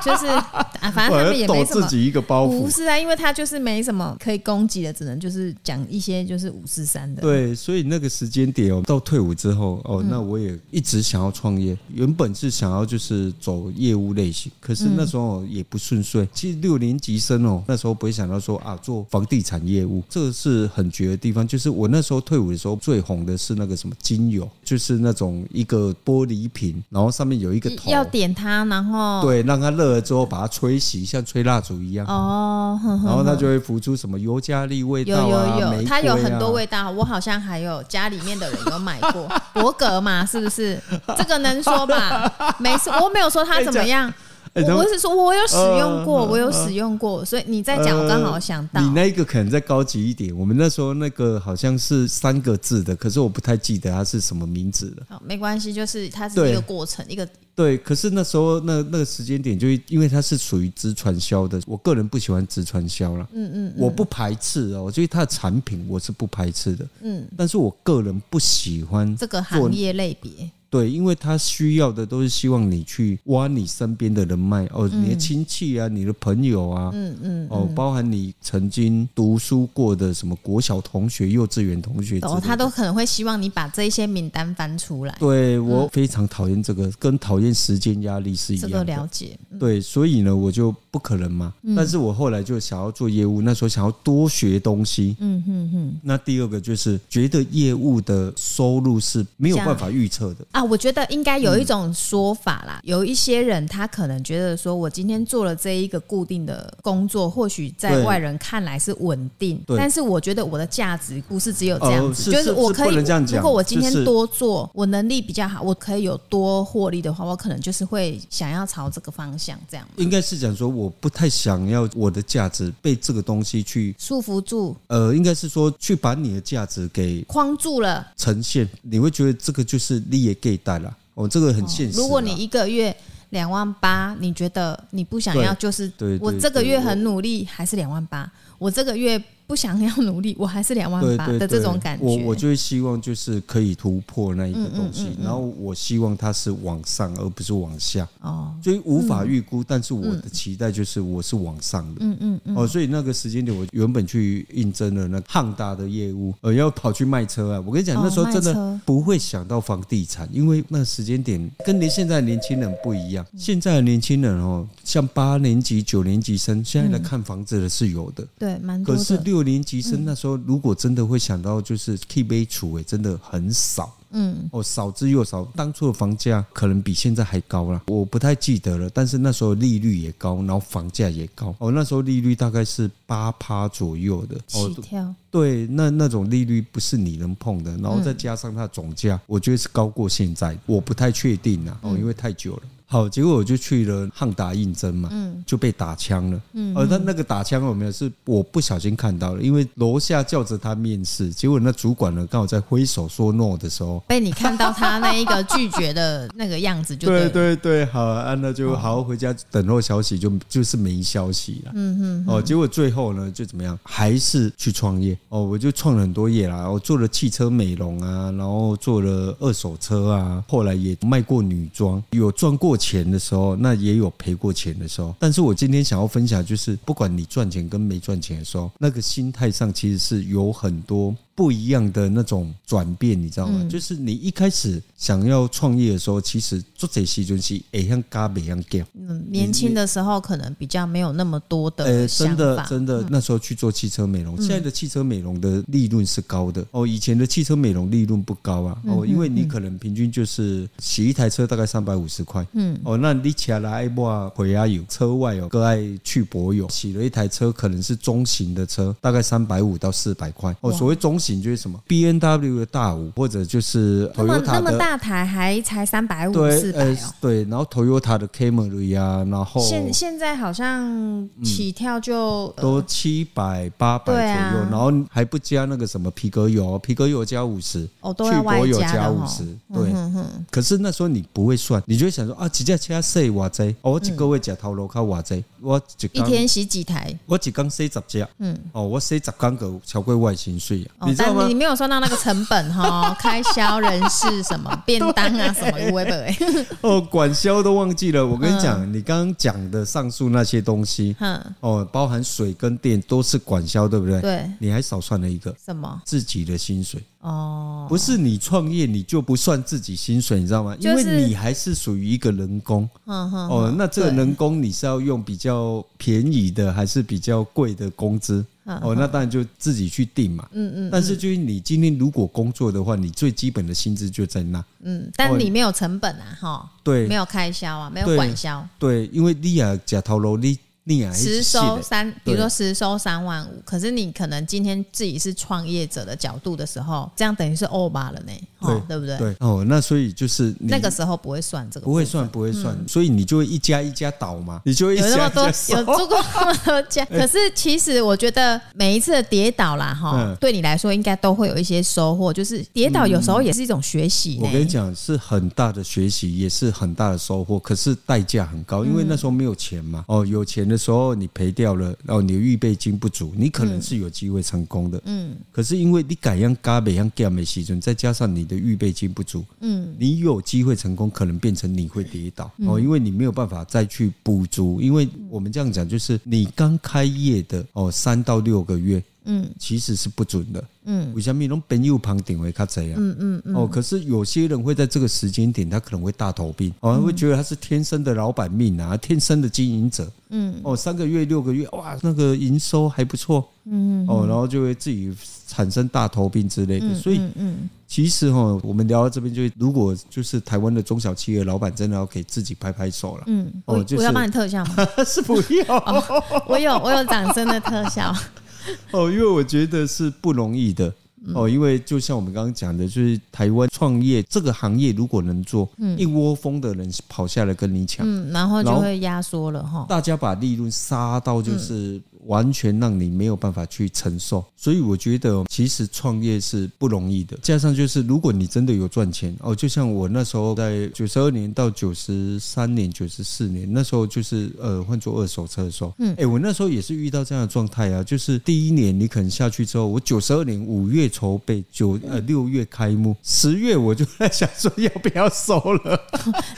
Speaker 1: 就是啊，反正
Speaker 2: 我
Speaker 1: 嗯他们
Speaker 2: 要
Speaker 1: 也
Speaker 2: 抖
Speaker 1: 没什
Speaker 2: 自
Speaker 1: 么。
Speaker 2: 己一个包
Speaker 1: 不
Speaker 2: 袱。
Speaker 1: 是啊，因为他就是没什么可以攻击的，只能就是讲一些就是五四三的。嗯
Speaker 2: 对，所以那个时间点哦，到退伍之后哦，那我也一直想要创业，原本是想要就是走业务类型，可是那时候也不顺
Speaker 1: 嗯
Speaker 2: 遂。其实六年级生哦，那时候不会想到说啊，做房地产业务，这个是很绝的地方。就是我那时候退伍的时候，最红的是那个什么精油，就是那种一个玻璃瓶，然后上面有一个头，
Speaker 1: 要点他，然后
Speaker 2: 对，让它热了之后把它吹熄，像吹蜡烛一样。
Speaker 1: 哦，哼哼
Speaker 2: 然后它就会浮出什么尤加利味
Speaker 1: 有
Speaker 2: 道啊，
Speaker 1: 有有，
Speaker 2: 玫
Speaker 1: 它有
Speaker 2: 瑰
Speaker 1: 很
Speaker 2: 啊
Speaker 1: 多味道，我好像还有家里面的人有买 过伯格嘛，是不是？这个能说 吧？没事，我没有说它怎么样，
Speaker 2: 哎他
Speaker 1: 我
Speaker 2: 们
Speaker 1: 我是说我有使用过，
Speaker 2: 呃
Speaker 1: 我有使用过，所以你在讲，我刚好想到
Speaker 2: 你，那一个可能再高级一点。我们那时候那个好像是三个字的，可是我不太记得它是什么名字了。
Speaker 1: 好，没关系，就是它是
Speaker 2: 对
Speaker 1: 一个过程，一个
Speaker 2: 对，可是那时候那那个时间点就，因为它是属于直传销的，我个人不喜欢直传销啦。嗯嗯我不排斥哦，我觉得它的产品我是不排斥的。嗯，但是我个人不喜欢
Speaker 1: 这个
Speaker 2: 做
Speaker 1: 行业类别，
Speaker 2: 对，因为他需要的都是希望你去挖你身边的人脉哦，
Speaker 1: 嗯
Speaker 2: 你的亲戚啊，你的朋友啊，嗯嗯，哦，包含你曾经读书过的什么国小同学、幼稚园同学之类的，
Speaker 1: 哦，他都可能会希望你把这一些名单翻出来，
Speaker 2: 对我非常讨厌这个，跟讨厌时间压力是一
Speaker 1: 嗯这
Speaker 2: 样
Speaker 1: 个
Speaker 2: 的。
Speaker 1: 了解。
Speaker 2: 对，所以呢，我就不可能嘛。
Speaker 1: 嗯
Speaker 2: 但是我后来就想要做业务，那时候想要多学东西。
Speaker 1: 嗯哼哼，
Speaker 2: 那第二个就是觉得业务的收入是没有办法预测的。
Speaker 1: 啊，我觉得应该有一种说法
Speaker 2: 嗯
Speaker 1: 啦，有一些人他可能觉得说，我今天做了这一个固定的工作，或许在
Speaker 2: 对
Speaker 1: 外人看来是稳定，
Speaker 2: 对
Speaker 1: 但是我觉得我的价值不是只有这样
Speaker 2: 哦
Speaker 1: 子，
Speaker 2: 是
Speaker 1: 就是我
Speaker 2: 是
Speaker 1: 可以，
Speaker 2: 不能这样
Speaker 1: 如
Speaker 2: 讲
Speaker 1: 果我今天
Speaker 2: 就是
Speaker 1: 多做，我能力比较好，我可以有多获利的话，我可能就是会想要朝这个方向这样
Speaker 2: 应该是讲说，我不太想要我的价值被这个东西去，
Speaker 1: 束缚住、
Speaker 2: 呃，应该是说去把你的价值给
Speaker 1: 框住了。
Speaker 2: 呈现，你会觉得这个就是你也给带了，哦，这个很现实啦。
Speaker 1: 如果你一个月两万八，你觉得你不想
Speaker 2: 对
Speaker 1: 要，就是
Speaker 2: 对对
Speaker 1: 我这个
Speaker 2: 对
Speaker 1: 月
Speaker 2: 我
Speaker 1: 很努力，还是两万八；我这个月不想要努力，我还是两万
Speaker 2: 对
Speaker 1: 八
Speaker 2: 对
Speaker 1: 的这
Speaker 2: 对
Speaker 1: 种感觉。
Speaker 2: 我我就会希望就是可以突破那一个东
Speaker 1: 嗯
Speaker 2: 西，然后我希望它是往上而不是往下，
Speaker 1: 哦，
Speaker 2: 所以无法预估。但是我的期待就是我是往上的，
Speaker 1: 嗯嗯嗯，
Speaker 2: 哦，所以那个时间点我原本去应征了那个汉达的业务，呃，要跑去卖车啊。我跟你讲，
Speaker 1: 哦
Speaker 2: 那时候真
Speaker 1: 卖车
Speaker 2: 的不会想到房地产，因为那个时间点跟年现在的年轻人不一
Speaker 1: 嗯
Speaker 2: 样。现在的年轻人哦，像八年级、九年级生，现在来看房子的是有的。
Speaker 1: 对，蛮嗯多
Speaker 2: 可是
Speaker 1: 的。嗯
Speaker 2: 六年级生那时候，如果真的会想到就是 K 杯储，哎，真的很少。
Speaker 1: 嗯，
Speaker 2: 哦，少之又少。当初的房价可能比现在还高了，我不太记得了。但是那时候利率也高，然后房价也高。哦，那时候利率大概是八趴左右的。
Speaker 1: 起
Speaker 2: 哦，
Speaker 1: 跳，
Speaker 2: 对，那那种利率不是你能碰的。然后再加上它的总价，我觉得是高过现在，我不太确定啦。哦，因为太久了。好，结果我就去了汉达应征嘛，就被打枪了。嗯，而他那个打枪有没有是我不小心看到了，因为楼下叫着他面试，结果那主管呢刚好在挥手说 no 的时候，
Speaker 1: 被你看到他那一个拒绝的那个样子就
Speaker 2: 对
Speaker 1: 对了。哦
Speaker 2: 对对，好，啊、那就好好回家等候消息，就就是没消息了。嗯嗯。哦，结果最后呢，就怎么样？还是去创业哦，我就创了很多业啦，我做了汽车美容啊，然后做了二手车啊，后来也卖过女装，有赚过钱的时候，那也有赔过钱的时候。但是我今天想要分享，就是不管你赚钱跟没赚钱的时候，那个心态上其实是有很多不一样的那种转变，你知道吗？就是你一开始想要创业的时候，其实做这些东西，哎，像嘎北一样 g
Speaker 1: 嗯，年轻的时候可能比较没有那么多
Speaker 2: 呃，
Speaker 1: 的想
Speaker 2: 真的
Speaker 1: 法。嗯
Speaker 2: 真的，那时候去做汽车美容，现在的汽车美容的利润是高的哦，以前的汽车美容利润不高啊
Speaker 1: 嗯
Speaker 2: 哦，因为你可能平均就是洗一台车大概三百五十块，嗯哦，那你起来哇，回啊有车外有各爱去博友，洗了一台车可能是中型的车，大概三百五到四百块哦，
Speaker 1: 哇
Speaker 2: 所谓中型就是什么 B N W 的大五或者就是
Speaker 1: 那么
Speaker 2: Toyota
Speaker 1: 那么
Speaker 2: 的。
Speaker 1: 大台还才三百五
Speaker 2: 对，
Speaker 1: 四百
Speaker 2: 呃
Speaker 1: 哦，，
Speaker 2: 对，然后 Toyota 的 Camry 啊，然后
Speaker 1: 现现在好像起跳就呃
Speaker 2: 嗯都七百八百左
Speaker 1: 对啊
Speaker 2: 右，然后还不加那个什么皮革油，皮革油加五十，
Speaker 1: 哦都
Speaker 2: 去
Speaker 1: 要
Speaker 2: 柏
Speaker 1: 外
Speaker 2: 油
Speaker 1: 加的嗯
Speaker 2: 五
Speaker 1: 哈
Speaker 2: 十。，对。可是那时候你不会算，你就会想说啊，几架车塞瓦贼，哦，我一个月加头路卡瓦贼，我一
Speaker 1: 一
Speaker 2: 天
Speaker 1: 天洗几台？
Speaker 2: 我一工洗十只，嗯，哦，我洗十工个超过外薪水啊，
Speaker 1: 哦
Speaker 2: 你，知道
Speaker 1: 但
Speaker 2: 吗
Speaker 1: 你？没有算到那个成本 哈，开销、人事什么、便当啊什么，有的 没的
Speaker 2: 哦，管销都忘记了。我跟你
Speaker 1: 嗯
Speaker 2: 讲，你刚刚讲的上述那些东西，
Speaker 1: 哼，
Speaker 2: 哦，包含水跟电都是管销，对不对？
Speaker 1: 对，
Speaker 2: 你还少算了一个
Speaker 1: 什么？
Speaker 2: 自己的薪水。
Speaker 1: 哦，
Speaker 2: 不是你创业你就不算自己薪水，你知道吗？因
Speaker 1: 就是
Speaker 2: 为你还是属于一个人工
Speaker 1: 哼哼，
Speaker 2: 哦。那这个
Speaker 1: 对
Speaker 2: 人工你是要用比较便宜的还是比较贵的工资？
Speaker 1: 嗯
Speaker 2: 哦，那当然就自己去定嘛。嗯嗯。但是就是你今天如果工作的话，你最基本的薪资就在那。
Speaker 1: 嗯，但你没有成本啊，哈，
Speaker 2: 哦对
Speaker 1: 没有开销啊，没有
Speaker 2: 对
Speaker 1: 管销，
Speaker 2: 对，因为你也假头楼，你你也
Speaker 1: 实
Speaker 2: 是
Speaker 1: 收三，比如
Speaker 2: 对
Speaker 1: 说实收三万五，可是你可能今天自己是创业者的角度的时候，这样等于是欧巴了呢，哈，对不对？
Speaker 2: 对哦，那所以就是你
Speaker 1: 那个时候不会算这个，
Speaker 2: 不会算，不会算，所以你就会一家一家倒嘛，你就哎会一
Speaker 1: 有那么
Speaker 2: 家一
Speaker 1: 多
Speaker 2: 家
Speaker 1: 有
Speaker 2: 收
Speaker 1: 做过那么多 家，可是其实我觉得每一次的跌倒啦，哈
Speaker 2: 嗯，
Speaker 1: 对你来说应该都会有一些收获。就是跌倒有时候也是一种学习
Speaker 2: 我跟你
Speaker 1: 呢。
Speaker 2: 讲，是很大的学习，也是很大的收获，可是代价很高，因为那时候没有钱嘛。哦，有钱的时候你赔掉了，哦，你的预备金不足，你可能是有机会成功的。嗯，可是因为你改样嘎北样 g a 没时准，再加上你的预备金不足，嗯，你有机会成功，可能变成你会跌倒哦，因为你没有办法再去补足。因为我们这样讲，就是你刚开业的哦，三到六个月。嗯，其实是不准的。嗯，为什么拢朋友旁顶为较贼啊？嗯嗯嗯。哦，可是有些人会在这个时间点，他可能会大头病，哦，他会觉得他是天生的老板命啊，天生的经营者。嗯。哦，三个月、六个月，哇，那个营收还不错。嗯。哦，然后就会自己产生大头病之类的，所以。
Speaker 1: 嗯
Speaker 2: 其实哈，我们聊到这边就，如果就是台湾的中小企业老板，真的要给自己拍拍手了。
Speaker 1: 嗯，我
Speaker 2: 哦，就
Speaker 1: 我
Speaker 2: 是
Speaker 1: 要帮你特效吗？
Speaker 2: 是不要
Speaker 1: 我有我有掌声的特效，
Speaker 2: 哦，因为我觉得是不容易的。哦，因为就像我们刚刚讲的，就是台湾创业这个行业，如果能做，一窝蜂的人跑下来跟你抢，
Speaker 1: 嗯，然后
Speaker 2: 然
Speaker 1: 就
Speaker 2: 后
Speaker 1: 会压缩了哈。
Speaker 2: 大家把利润杀到就是完全让你没有办法去承受，所以我觉得其实创业是不容易的。加上就是如果你真的有赚钱哦，就像我那时候在九十二年到九十三年、九十四年那时候就是呃换做二手车的时候，嗯，哎，我那时候也是遇到这样的状态啊，就是第一年你可能下去之后，我九十二年五月筹备，九呃六月开幕，十月我就在想说要不要收了。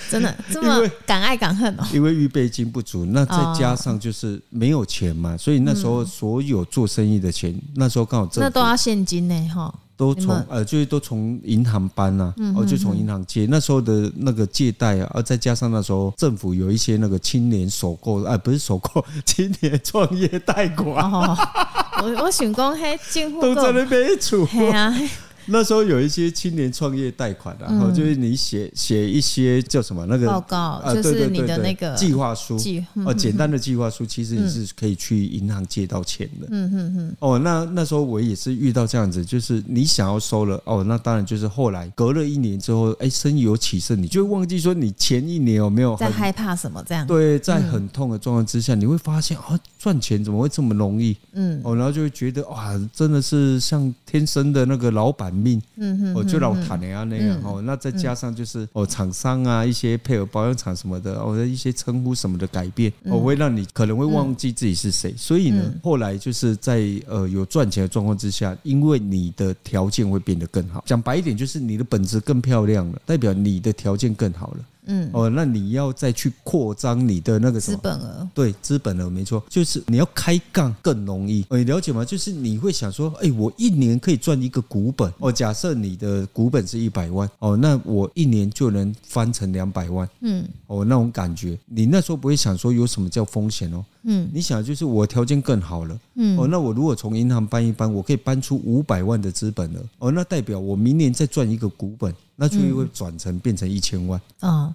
Speaker 1: 真 的这
Speaker 2: 因
Speaker 1: 么
Speaker 2: 为
Speaker 1: 敢爱敢恨哦。
Speaker 2: 因为预备金不足，那再加上就是没有钱
Speaker 1: 嗯
Speaker 2: 嘛，所以那时候所有做生意的钱，那时候刚好政
Speaker 1: 那
Speaker 2: 府
Speaker 1: 都要现金呢，哈，
Speaker 2: 都
Speaker 1: 你
Speaker 2: 从
Speaker 1: 们嗯
Speaker 2: 呃，就是都从银行搬呐、哦，就从银行借。那时候的那个借贷啊，呃，再加上那时候政府有一些那个青年首购，啊，不是首购，青年创业贷款、
Speaker 1: 哦，我我想讲嘿，进户
Speaker 2: 都在
Speaker 1: 够，
Speaker 2: 那边出。
Speaker 1: 嘿啊，嘿
Speaker 2: 那时候有一些青年创业贷款啊，然后、就是你写写一些叫什么那个
Speaker 1: 嗯报告
Speaker 2: 啊，
Speaker 1: 就
Speaker 2: 对
Speaker 1: 是
Speaker 2: 对
Speaker 1: 你
Speaker 2: 对
Speaker 1: 的
Speaker 2: 对
Speaker 1: 那个
Speaker 2: 计划书，
Speaker 1: 计嗯
Speaker 2: 哦，简单的计划书，其实你是可以去银行借到钱的。嗯嗯嗯。哦，那那时候我也是遇到这样子，就是你想要收了，哦，那当然就是后来隔了一年之后，哎，生意有起色，你就会忘记说你前一年有没有
Speaker 1: 在
Speaker 2: 很
Speaker 1: 害嗯怕什么这样？
Speaker 2: 对，在很痛的状况之下，你会发现啊，赚钱怎么会这么容易？嗯，哦，然后就会觉得哇，真的是像天生的那个老板命，嗯哦，就老坦的啊那样哦，那再加上就是哦，厂商啊，一些配合保养厂什么的，哦，一些称呼什么的改变，哦，会让你可能会忘记自己是谁。所以呢，后来就是在呃有赚钱的状况之下，因为你的条件会变得更好。讲白一点，就是你的本质更漂亮了，代表你的条件更好了。
Speaker 1: 嗯，
Speaker 2: 哦，那你要再去扩张你的那个什
Speaker 1: 资
Speaker 2: 么？
Speaker 1: 本额，
Speaker 2: 对，资本了，没错，就是你要开杠更容易。哦你了解吗？就是你会想说，哎、我一年可以赚一个股本。哦，假设你的股本是一百万，哦，那我一年就能翻成两百万。
Speaker 1: 嗯
Speaker 2: 哦，那种感觉，你那时候不会想说有什么叫风险哦。
Speaker 1: 嗯
Speaker 2: 你想就是我条件更好了，
Speaker 1: 嗯
Speaker 2: 哦，那我如果从银行搬一搬，我可以搬出五百万的资本了，哦，那代表我明年再赚一个股本，那就会转成变成一千万。
Speaker 1: 哦，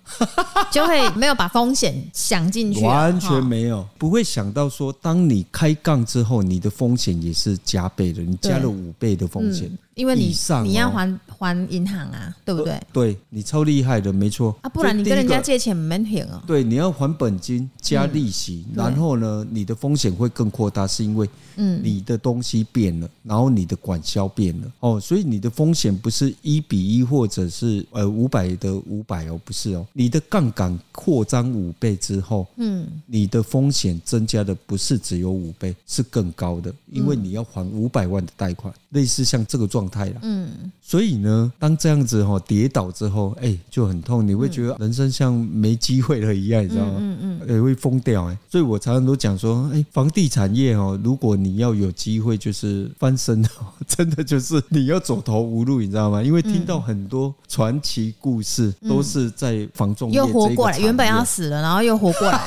Speaker 1: 就会没有把风险想进去啊，
Speaker 2: 完全
Speaker 1: 哈
Speaker 2: 没有，不会想到说，当你开杠之后，你的风险也是加倍的，你加了五倍的风险，
Speaker 1: 因为你
Speaker 2: 以上哦
Speaker 1: 你要还还银行啊，嗯对不对？
Speaker 2: 对你超厉害的，没错
Speaker 1: 啊，不然你
Speaker 2: 这
Speaker 1: 跟
Speaker 2: 第一
Speaker 1: 人家
Speaker 2: 个
Speaker 1: 借钱没凭哦。
Speaker 2: 对，你要还本金加利息，
Speaker 1: 对
Speaker 2: 然后呢，你的风险会更扩大，是因为
Speaker 1: 嗯
Speaker 2: 你的东西变了，然后你的管销变了哦，所以你的风险不是一比一或者是呃五百的五百哦，不是哦，你的杠杆扩张五倍之后，
Speaker 1: 嗯，
Speaker 2: 你的风险增加的不是只有五倍，是更高的，因
Speaker 1: 嗯
Speaker 2: 为你要还五百万的贷款，类似像这个状态啦。
Speaker 1: 嗯，
Speaker 2: 所以呢，当这样子哈、跌倒之后，哎、就很痛，你会觉得
Speaker 1: 嗯
Speaker 2: 人生像没机会了一样，你知道吗？嗯嗯会疯掉哎、所以我常常都讲说，哎、房地产业哦，如果你要有机会就是翻身哦， 真的就是你要走投无路，你知道吗？因为听到很多传奇故事，都是在房仲业
Speaker 1: 嗯又活
Speaker 2: 这一个
Speaker 1: 过来，
Speaker 2: 产业
Speaker 1: 原本要死了，然后又活过 来，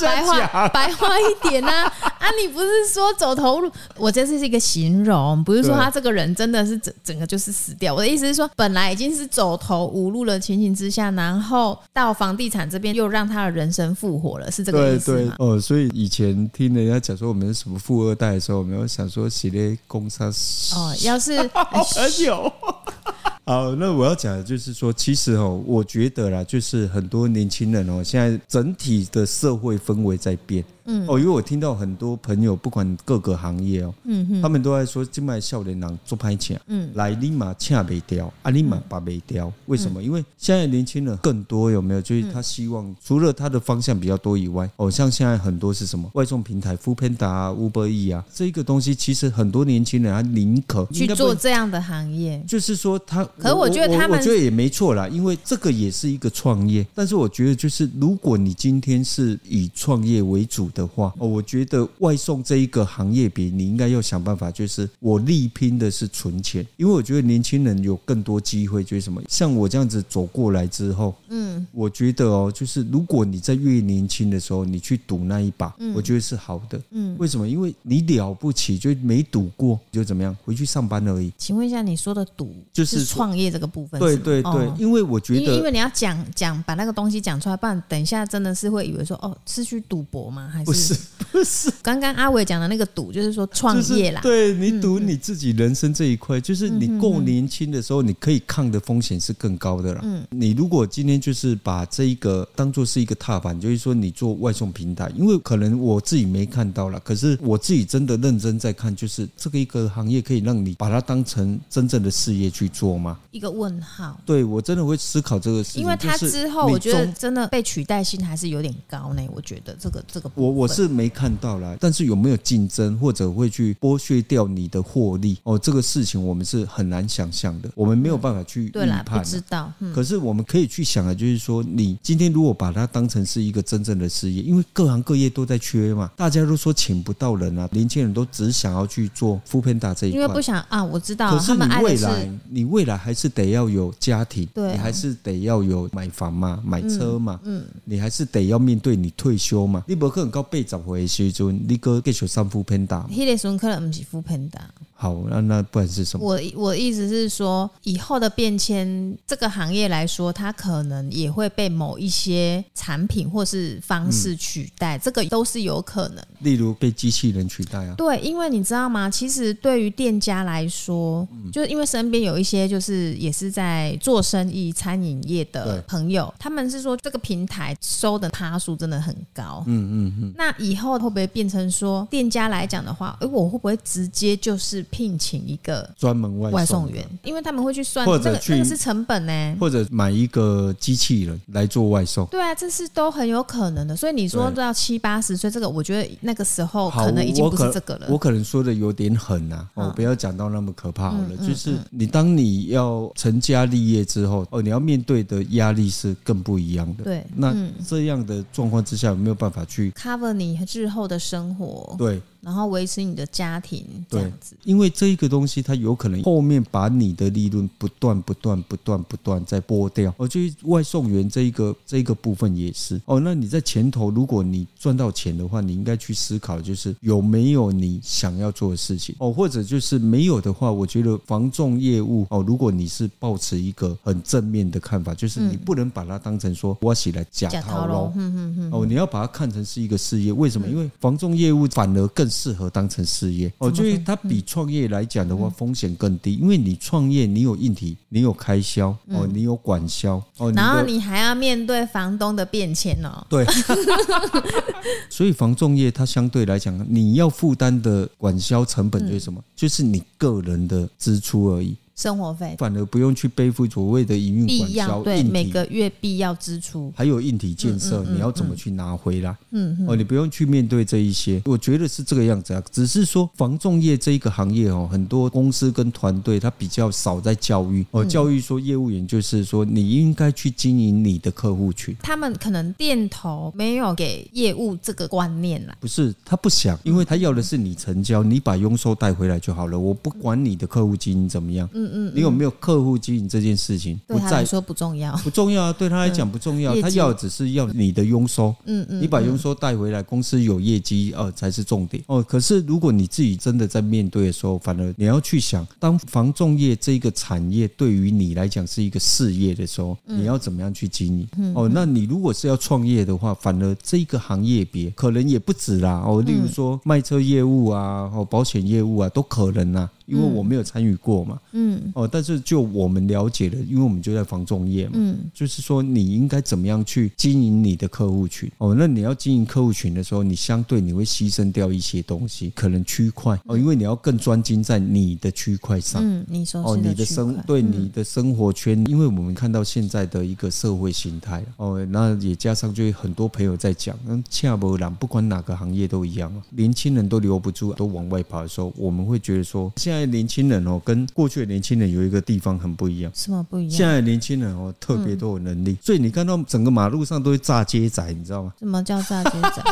Speaker 1: 白话 白话一点呐、啊！你不是说走投无路？我这次是一个形容，不是说
Speaker 2: 对
Speaker 1: 他这个人真的是整整个就是死掉。我的意思是说，本来已经是走投无路的情形之下，然后到房地产这边又让他的人生复活了，是这个意
Speaker 2: 对
Speaker 1: 思
Speaker 2: 对
Speaker 1: 吗？
Speaker 2: 哦，所以以前听人家讲说我们是什么富二代
Speaker 1: 哦
Speaker 2: 的时候，我们要想说系列工商
Speaker 1: 哦，要是
Speaker 2: 好朋友好，那我要讲的就是说，其实哦，我觉得啦，就是很多年轻人哦，现在整体的社会氛围在变。嗯，哦，因为我听到很多朋友，不管各个行业哦，嗯哼，他们都在说，今麦少年郎做拍请，嗯，来立马请没掉，啊立马把没掉，为什么？因为现在年轻人更多有没有？就是他希望除了他的方向比较多以外，哦，像现在很多是什么外送平台 f o o p a n d a 啊、Uber E 啊，这个东西其实很多年轻人他宁可
Speaker 1: 去
Speaker 2: 应该不
Speaker 1: 做这样的行业，
Speaker 2: 就是说他，
Speaker 1: 可是我觉得他们
Speaker 2: 我觉得也没错啦，因为这个也是一个创业。但是我觉得，就是如果你今天是以创业为主的话，哦，我觉得外送这一个行业比你应该要想办法，就是我力拼的是存钱，因为我觉得年轻人有更多机会，就是什么，像我这样子走过来之后，嗯，我觉得哦，就是如果你在越年轻的时候，你去赌那一把，我觉得是好的，嗯，为什么？因为你了不起，就没赌过，就怎么样，回去上班而已。
Speaker 1: 请问一下，你说的“赌”
Speaker 2: 就是
Speaker 1: 是创业这个部分
Speaker 2: 对
Speaker 1: 是吗，
Speaker 2: 对对
Speaker 1: 哦，
Speaker 2: 因为我觉
Speaker 1: 因为因
Speaker 2: 得
Speaker 1: 为你要讲讲把那个东西讲出来，不然等一下真的是会以为说哦是去赌博吗？还
Speaker 2: 不是不是
Speaker 1: 刚刚阿伟讲的那个赌，就是说创
Speaker 2: 就是
Speaker 1: 业啦，嗯
Speaker 2: 对你赌你自己人生这一块，就是你够年轻的时候，你可以抗的风险是更高的啦。
Speaker 1: 嗯
Speaker 2: 你如果今天就是把这一个当做是一个踏板，就是说你做外送平台，因为可能我自己没看到啦，可是我自己真的认真在看，就是这个一个行业可以让你把它当成真正的事业去做吗？
Speaker 1: 一个问号。
Speaker 2: 对我真的会思考这个事情，
Speaker 1: 因为他
Speaker 2: 嗯就是
Speaker 1: 之后，
Speaker 2: 你
Speaker 1: 我觉得
Speaker 2: 中
Speaker 1: 真的被取代性还是有点高呢。我觉得这个这个部
Speaker 2: 我我
Speaker 1: 分
Speaker 2: 是没看到啦，但是有没有竞争或者会去剥削掉你的获利哦，这个事情我们是很难想象的，我们没有办法去预
Speaker 1: 嗯对啦，不
Speaker 2: 判
Speaker 1: 知
Speaker 2: 啊。
Speaker 1: 道，嗯，
Speaker 2: 可是我们可以去想的，啊就是说，你今天如果把它当成是一个真正的事业，因为各行各业都在缺嘛，大家都说请不到人啊，年轻人都只想要去做 f o o p a n d a 这一
Speaker 1: 因为不
Speaker 2: 块。
Speaker 1: 想啊，我知道
Speaker 2: 可
Speaker 1: 他
Speaker 2: 是你
Speaker 1: 们爱的
Speaker 2: 未
Speaker 1: 是
Speaker 2: 来，你未来还是得要有家庭，
Speaker 1: 对啊嗯
Speaker 2: 你还是得要有买房嘛、买车嘛，你还是得要面对你退休嘛。你不可能到八十回的时阵，你哥继续三副偏打。
Speaker 1: 迄个时阵可能不是扶贫的。
Speaker 2: 好，那那不然是什么？
Speaker 1: 我我意思是说，以后的变迁，这个行业来说，它可能也会被某一些产品或是方式取代，这个都是有可能。
Speaker 2: 例如被机器人取代啊，
Speaker 1: 对，因为你知道吗？其实对于店家来说，就是因为身边有一些就是也是在做生意、餐饮业的
Speaker 2: 对
Speaker 1: 朋友，他们是说这个平台收的趴数真的很高。嗯嗯嗯。那以后会不会变成说，店家来讲的话，哎、我会不会直接就是聘请一个
Speaker 2: 专门外
Speaker 1: 外
Speaker 2: 送
Speaker 1: 送
Speaker 2: 的
Speaker 1: 员，因为他们会去算
Speaker 2: 或
Speaker 1: 这
Speaker 2: 者
Speaker 1: 个
Speaker 2: 去
Speaker 1: 这个是成本呢、
Speaker 2: 或者买一个机器人来做外送。
Speaker 1: 对啊，这是都很有可能的。所以你说
Speaker 2: 对
Speaker 1: 到七八十岁，这个我觉得那个时候
Speaker 2: 好，
Speaker 1: 可能已经
Speaker 2: 我
Speaker 1: 不
Speaker 2: 可
Speaker 1: 是这个了。
Speaker 2: 我可能说的有点狠啊，
Speaker 1: 嗯
Speaker 2: 哦，不要讲到那么可怕好了。就是你当你要成家立业之后，哦，你要面对的压力是更不一样的。
Speaker 1: 对嗯
Speaker 2: 那这样的状况之下，有没有办法去？
Speaker 1: cover 你日后的生活，
Speaker 2: 对，
Speaker 1: 然后维持你的家庭这
Speaker 2: 对
Speaker 1: 样子。
Speaker 2: 因为这一个东西，它有可能后面把你的利润不断、不断、不断、不断再剥掉。哦，就是外送员这一个这一个部分也是。哦，那你在前头，如果你赚到钱的话，你应该去思考，就是有没有你想要做的事情。哦，或者就是没有的话，我觉得防重业务哦，如果你是抱持一个很正面的看法，就是你不能把它当成说我起来假
Speaker 1: 假
Speaker 2: 套
Speaker 1: 逃
Speaker 2: 喽
Speaker 1: 龙，。嗯嗯嗯，
Speaker 2: 哦，你要把它看成是一个事业，为什么？因为房仲业务反而更适合当成事业。哦，就是它
Speaker 1: 嗯
Speaker 2: 比创业来讲的话，风险更低，因为你创业你有硬体，你有开销，哦，你有管销，哦，
Speaker 1: 嗯然后
Speaker 2: 的
Speaker 1: 你还要面对房东的变迁哦。
Speaker 2: 对，所以房仲业它相对来讲，你要负担的管销成本就是什
Speaker 1: 嗯
Speaker 2: 么？就是你个人的支出而已，
Speaker 1: 生活费
Speaker 2: 反而不用去背负所谓的营运管
Speaker 1: 必要
Speaker 2: 销、
Speaker 1: 对
Speaker 2: 硬
Speaker 1: 每
Speaker 2: 体
Speaker 1: 个月必要支出，
Speaker 2: 还有硬体建设，你要怎么去拿回来？嗯，哦，你不用去面对这一些，我觉得是这个样子啊。只是说防重业这一个行业哦，很多公司跟团队它比较少在教育哦，教育说业务员就是说你应该去经营你的客户群。
Speaker 1: 他们可能店头没有给业务这个观念啦。
Speaker 2: 不是他不想，因为他要的是你成交，你把佣收带回来就好了。我不管你的客户经营怎么样，嗯嗯，你有没有客户经营这件事情
Speaker 1: 对
Speaker 2: 不
Speaker 1: 他
Speaker 2: 在
Speaker 1: 来说不重要，
Speaker 2: 不重要啊，对他来讲不重要
Speaker 1: 业，绩
Speaker 2: 他要的只是要你的佣收，嗯嗯，你把佣收带回来，公司有业绩呃才是重点哦。可是如果你自己真的在面对的时候，反而你要去想，当房仲业这个产业对于你来讲是一个事业的时候，你要怎么样去经营？哦，那你如果是要创业的话，反而这个行业别可能也不止啦哦，例如啊说卖车业务啊，哦保险业务啊，都可能啦，因为我没有参与过嘛，嗯嗯，哦，但是就我们了解的，因为我们就在房仲业嘛，嗯，就是说你应该怎么样去经营你的客户群哦。那你要经营客户群的时候，你相对你会牺牲掉一些东西，可能区块哦，因为你要更专精在你的区块上。
Speaker 1: 嗯，你说
Speaker 2: 哦，
Speaker 1: 是
Speaker 2: 你
Speaker 1: 的
Speaker 2: 的
Speaker 1: 区
Speaker 2: 生
Speaker 1: 块嗯
Speaker 2: 对你的生活圈，因为我们看到现在的一个社会形态哦，那也加上就很多朋友在讲，嗯，恰不然，不管哪个行业都一样啊，年轻人都留不住，都往外跑的时候，我们会觉得说，现在年轻人哦，跟过去的年轻人有一个地方很不一样。
Speaker 1: 什么不一
Speaker 2: 现
Speaker 1: 样？嗯
Speaker 2: 在的年轻人哦，特别都有能力，所以你看到整个马路上都是炸街仔，你知道吗？
Speaker 1: 什么叫炸街 仔？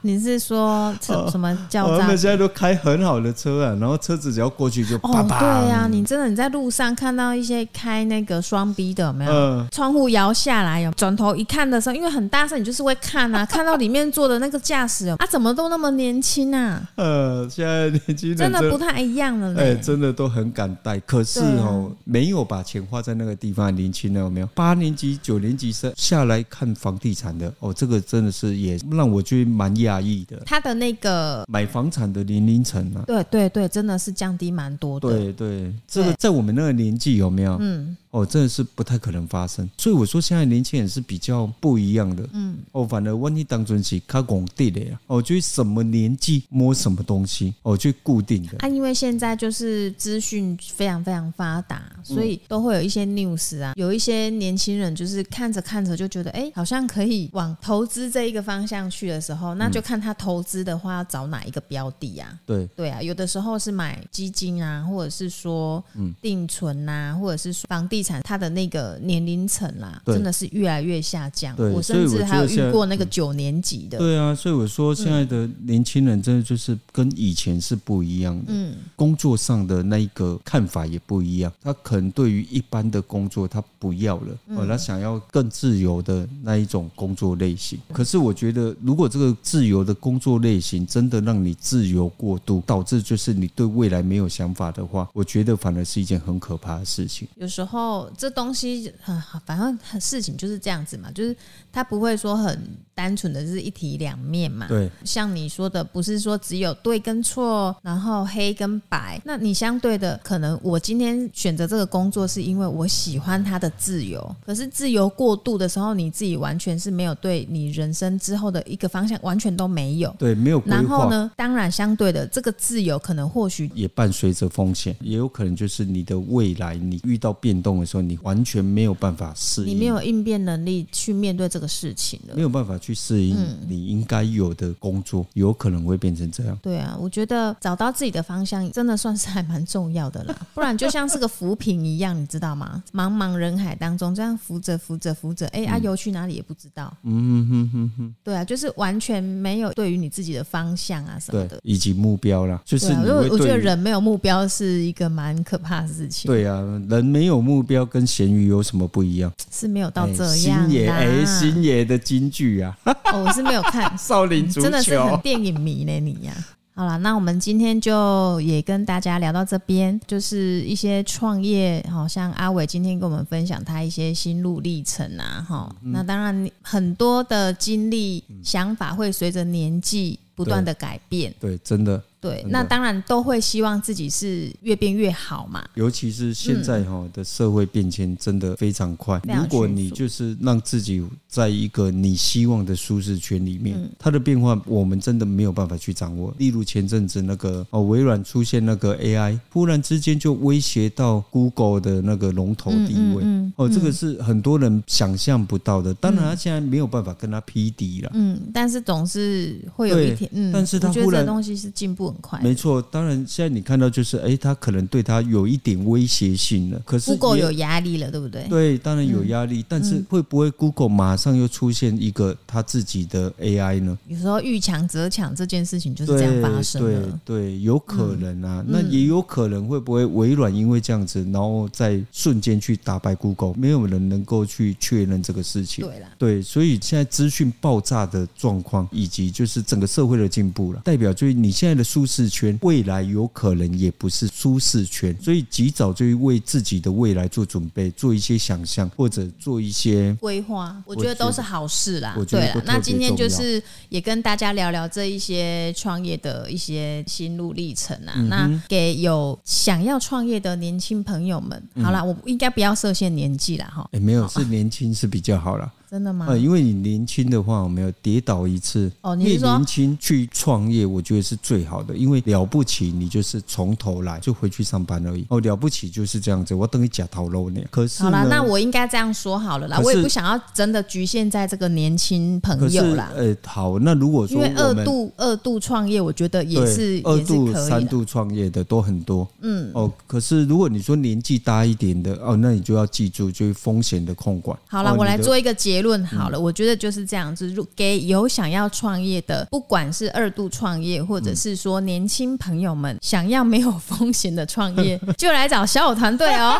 Speaker 1: 你是说什什么叫
Speaker 2: 哦他
Speaker 1: 炸
Speaker 2: 们现在都开很好的车啊，然后车子只要过去就
Speaker 1: 哦
Speaker 2: 叭，叭。嗯
Speaker 1: 对呀、你真的你在路上看到一些开那个双 B 的有没有？
Speaker 2: 嗯、
Speaker 1: 窗户摇下来有，转头一看的时候，因为很大声，你就是会看 啊，看到里面坐的那个驾驶有啊，怎么都那么年轻啊，
Speaker 2: 呃，现在年轻人
Speaker 1: 真的
Speaker 2: 真
Speaker 1: 不太一样了
Speaker 2: 哎、
Speaker 1: 嘞。
Speaker 2: 真的都很敢带，可是
Speaker 1: 对啊
Speaker 2: 哦，没有把钱花在那个地方，年轻人有没有？八年级、九年级生下来看房地产的，哦，这个真的是也让我觉得蛮讶异的。
Speaker 1: 他的那个，
Speaker 2: 买房产的年龄层啊，
Speaker 1: 对对对，真的是降低蛮多的。
Speaker 2: 对对，这个在我们那个年纪有没有？
Speaker 1: 嗯，
Speaker 2: 哦，真的是不太可能发生。所以我说，现在年轻人是比较不一样的。嗯，哦，反而问题当中是靠拱地的呀。哦，就是什么年纪摸什么东西，哦，就固定的。
Speaker 1: 啊，因为现在就是资讯非常非常发达，所以都会有一些 news 啊，有一些年轻人就是看着看着就觉得，哎、好像可以往投资这一个方向去的时候，那
Speaker 2: 嗯
Speaker 1: 就看他投资的话要找哪一个标的啊。
Speaker 2: 对，
Speaker 1: 对啊，有的时候是买基金啊，或者是说
Speaker 2: 嗯
Speaker 1: 定存啊，或者是说房地产，它的那个年龄层啦，
Speaker 2: 对
Speaker 1: 真的是越来越下降。
Speaker 2: 对
Speaker 1: 我
Speaker 2: 所以
Speaker 1: 甚
Speaker 2: 我
Speaker 1: 至
Speaker 2: 觉
Speaker 1: 还有
Speaker 2: 得现在嗯
Speaker 1: 遇过那个九年级的，嗯
Speaker 2: 对啊，所以我说现在的年轻人真的就是跟以前是不一样的，
Speaker 1: 嗯，
Speaker 2: 工作上的那一个看法也不一样。他可能对于一般的工作他不要了，
Speaker 1: 嗯
Speaker 2: 哦，他想要更自由的那一种工作类型。可是我觉得，如果这个自由的工作类型真的让你自由过度，导致就是你对未来没有想法的话，我觉得反而是一件很可怕的事情。
Speaker 1: 有时候这东西，啊、反正很事情就是这样子嘛，就是它不会说很单纯的是一体两面嘛。
Speaker 2: 对，
Speaker 1: 像你说的，不是说只有对跟错，然后黑跟白。那你相对的，可能我今天选择这个工作是因为我喜欢它的自由，可是自由过度的时候，你自己完全是没有对你人生之后的一个方向完全都没有。
Speaker 2: 对，没有规
Speaker 1: 然后
Speaker 2: 划。
Speaker 1: 呢，当然相对的，这个自由可能或许
Speaker 2: 也伴随着风险，也有可能就是你的未来，你遇到变动的时候，你完全没有办法适应，
Speaker 1: 你没有应变能力去面对这个事情了
Speaker 2: 没。有办法去适应
Speaker 1: 嗯
Speaker 2: 你应该有的工作，有可能会变成这样。
Speaker 1: 对啊，我觉得找到自己的方向真的算是还蛮重要的啦，不然就像是个浮萍一样，你知道吗？茫茫人海当中，这样浮着浮着浮着，哎、啊，游去哪里也不知道。
Speaker 2: 嗯哼哼哼
Speaker 1: 对啊，就是完全没有对于你自己的方向啊什么
Speaker 2: 对
Speaker 1: 的，。
Speaker 2: 以及目标啦，就是
Speaker 1: 对啊，
Speaker 2: 你
Speaker 1: 因为
Speaker 2: 会
Speaker 1: 我觉
Speaker 2: 对
Speaker 1: 得
Speaker 2: 于。
Speaker 1: 人没有目标是一个蛮可怕的事情，
Speaker 2: 对啊，人没有目标跟咸鱼有什么不一样？
Speaker 1: 是没有到
Speaker 2: 哎
Speaker 1: 这
Speaker 2: 星
Speaker 1: 样
Speaker 2: 爷，
Speaker 1: 啦。
Speaker 2: 哎，星爷的金句啊，
Speaker 1: 哦，我是没有看，
Speaker 2: 少林足
Speaker 1: 嗯真的是很
Speaker 2: 球，
Speaker 1: 电影迷呢，你 呀、好了，那我们今天就也跟大家聊到这边，就是一些创业，好像阿伟今天跟我们分享他一些心路历程啊，哈、
Speaker 2: 嗯
Speaker 1: 那当然很多的经历、想法会随着年纪不断的改变，
Speaker 2: 对，真的，
Speaker 1: 对，
Speaker 2: 真的
Speaker 1: 那当然都会希望自己是越变越好嘛，
Speaker 2: 尤其是现在哈的社会变迁真的非常快，
Speaker 1: 嗯非常
Speaker 2: 如果
Speaker 1: 迅
Speaker 2: 你
Speaker 1: 速
Speaker 2: 就是让自己在一个你希望的舒适圈里面，
Speaker 1: 嗯
Speaker 2: 它的变化我们真的没有办法去掌握。例如前阵子那个哦，微软出现那个 AI，忽然之间就威胁到 Google 的那个龙头地位。
Speaker 1: 嗯
Speaker 2: 哦，这个是很多人想象不到的。当然，他现在没有办法跟他匹敌了。
Speaker 1: 嗯，但是总是会有
Speaker 2: 对
Speaker 1: 一天，嗯，
Speaker 2: 但是他
Speaker 1: 我觉得
Speaker 2: 忽然
Speaker 1: 这东西是进步很快的
Speaker 2: 没错，当然现在你看到就是，哎，他可能对他有一点威胁性了。可是
Speaker 1: ，Google
Speaker 2: 也
Speaker 1: 有压力了，对不对？
Speaker 2: 对，当然有压
Speaker 1: 嗯
Speaker 2: 力，但是会不会 Google 马上又出现一个它自己的 AI 呢？
Speaker 1: 有时候遇强则强这件事情就是
Speaker 2: 对
Speaker 1: 这样发生
Speaker 2: 对
Speaker 1: 的。嗯
Speaker 2: 对，有可能啊。那也有可能会不会微软因为这样子，然后在瞬间去打败 Google？没有人能够去确认这个事情。
Speaker 1: 对啦，
Speaker 2: 对，所以现在资讯爆炸的状况，以及就是整个社会为了进步了，代表就是你现在的舒适圈，未来有可能也不是舒适圈，所以及早就为自己的未来做准备，做一些想象或者做一些
Speaker 1: 规划，我
Speaker 2: 我
Speaker 1: 觉得
Speaker 2: 觉
Speaker 1: 都
Speaker 2: 得
Speaker 1: 是好事啦
Speaker 2: 我。觉得
Speaker 1: 对
Speaker 2: 都
Speaker 1: 啦，
Speaker 2: 特
Speaker 1: 那
Speaker 2: 别
Speaker 1: 今天就
Speaker 2: 重要
Speaker 1: 是也跟大家聊聊这一些创业的一些心路历程啊。
Speaker 2: 嗯
Speaker 1: 那给有想要创业的年轻朋友们，好啦，我应该不要设限年纪啦，哈，
Speaker 2: 嗯哎、没有，是年轻是比较好啦。
Speaker 1: 真的吗？
Speaker 2: 呃，因为你年轻的话，我没有跌倒一次。
Speaker 1: 嗯哦你是
Speaker 2: 越
Speaker 1: 说
Speaker 2: 年轻去创业，我觉得是最好的，因为了不起，你就是从头来，就回去上班而已。哦，了不起就是这样子，我等你假头肉呢。可是
Speaker 1: 好啦
Speaker 2: 呢，，
Speaker 1: 那我应该这样说好了啦，
Speaker 2: 可是
Speaker 1: 我也不想要真的局限在这个年轻
Speaker 2: 可
Speaker 1: 朋
Speaker 2: 是
Speaker 1: 友啦，
Speaker 2: 呃，好，那如果
Speaker 1: 因
Speaker 2: 说
Speaker 1: 为
Speaker 2: 我
Speaker 1: 二
Speaker 2: 们
Speaker 1: 度二度创业，我觉得也
Speaker 2: 对
Speaker 1: 是
Speaker 2: 二
Speaker 1: 也是
Speaker 2: 度、
Speaker 1: 可以
Speaker 2: 三
Speaker 1: 的。
Speaker 2: 度创业的都很多，嗯，哦，可是如果你说年纪大一点的，哦，那你就要记住，就是风险的控管。
Speaker 1: 好了，
Speaker 2: 哦
Speaker 1: 我来
Speaker 2: 你的嗯
Speaker 1: 做一个结论好了，我觉得就是这样子，如给有想要创业的，不管是二度创业，或者是说年轻朋友们想要没有风险的创 业，就来找小友团队哦。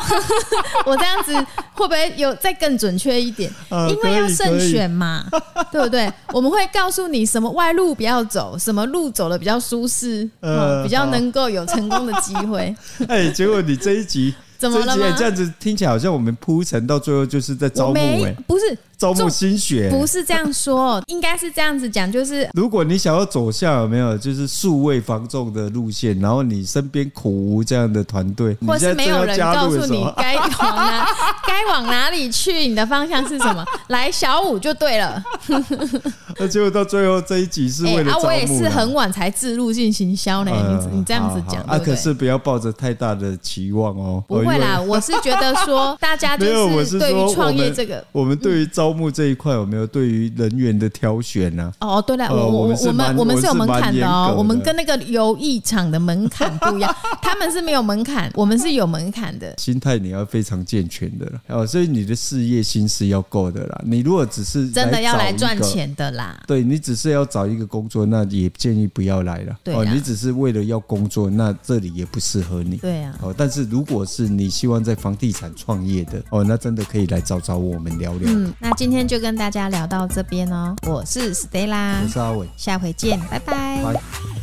Speaker 1: 我这样子会不会有再更准确一点？
Speaker 2: 啊
Speaker 1: 因为要慎
Speaker 2: 可以可以
Speaker 1: 选嘛， 对不对？我们会告诉你什么外路不要走，什么路走的比较舒适，
Speaker 2: 呃
Speaker 1: 嗯，比较
Speaker 2: 好
Speaker 1: 能够有成功的机会。
Speaker 2: 哎，结果你这一集
Speaker 1: 怎么了吗
Speaker 2: 这一集这样子听起来好像我们铺陈到最后就是在 招
Speaker 1: 我
Speaker 2: 募哎、
Speaker 1: 没不是
Speaker 2: 招募
Speaker 1: 重
Speaker 2: 新血。
Speaker 1: 不是这样说，哦应该是这样子讲，就是
Speaker 2: 如果你想要走向有没有就是数位防重的路线，然后你身边苦无这样的团队，你
Speaker 1: 或是
Speaker 2: 现在
Speaker 1: 没
Speaker 2: 正
Speaker 1: 有
Speaker 2: 要
Speaker 1: 人
Speaker 2: 加
Speaker 1: 告
Speaker 2: 入
Speaker 1: 诉
Speaker 2: 的时
Speaker 1: 你
Speaker 2: 候，
Speaker 1: 该往哪该往哪里去，你的方向是什么？来小五就对了。
Speaker 2: 那啊结果到最后这一集是
Speaker 1: 哎、
Speaker 2: 为了
Speaker 1: 啊，
Speaker 2: 招募
Speaker 1: 我
Speaker 2: 啦、
Speaker 1: 也是很晚才自入进行销呢。
Speaker 2: 嗯
Speaker 1: 你你这样子
Speaker 2: 好
Speaker 1: 讲，
Speaker 2: 好
Speaker 1: 对
Speaker 2: 啊，
Speaker 1: 不对
Speaker 2: 可是不要抱着太大的期望哦，
Speaker 1: 不会啦， 我是觉得说大家
Speaker 2: 因为。没有，
Speaker 1: 就
Speaker 2: 我是
Speaker 1: 对
Speaker 2: 说
Speaker 1: 于
Speaker 2: 我
Speaker 1: 创业
Speaker 2: 们
Speaker 1: 这个。嗯
Speaker 2: 我们对于招募这一块有没有对于人员的挑选呢、
Speaker 1: 哦，对了，
Speaker 2: 呃
Speaker 1: 我
Speaker 2: 我们是
Speaker 1: 我们
Speaker 2: 蛮
Speaker 1: 我们
Speaker 2: 我
Speaker 1: 是
Speaker 2: 是
Speaker 1: 有门槛的
Speaker 2: 蛮严
Speaker 1: 哦
Speaker 2: 格，的
Speaker 1: 我们跟那个游艺场的门槛不 一样，他们是没有门槛，我们是有门槛的。
Speaker 2: 心态你要非常健全的啦，哦，所以你的事业心是要够的啦。你如果只是
Speaker 1: 真的要
Speaker 2: 来
Speaker 1: 来
Speaker 2: 找一
Speaker 1: 赚
Speaker 2: 个
Speaker 1: 钱的啦。
Speaker 2: 对你只是要找一个工作，那也建议不要来了。
Speaker 1: 对
Speaker 2: 哦，
Speaker 1: 啦
Speaker 2: 你只是为了要工作，那这里也不适合你。
Speaker 1: 对啊
Speaker 2: 哦，但是如果是你希望在房地产创业的，哦，那真的可以来找找我们聊聊。
Speaker 1: 嗯，那今天就跟大家聊到这边哦，我是 Stella，
Speaker 2: 我是阿伟，
Speaker 1: 下回见，拜拜。
Speaker 2: 拜。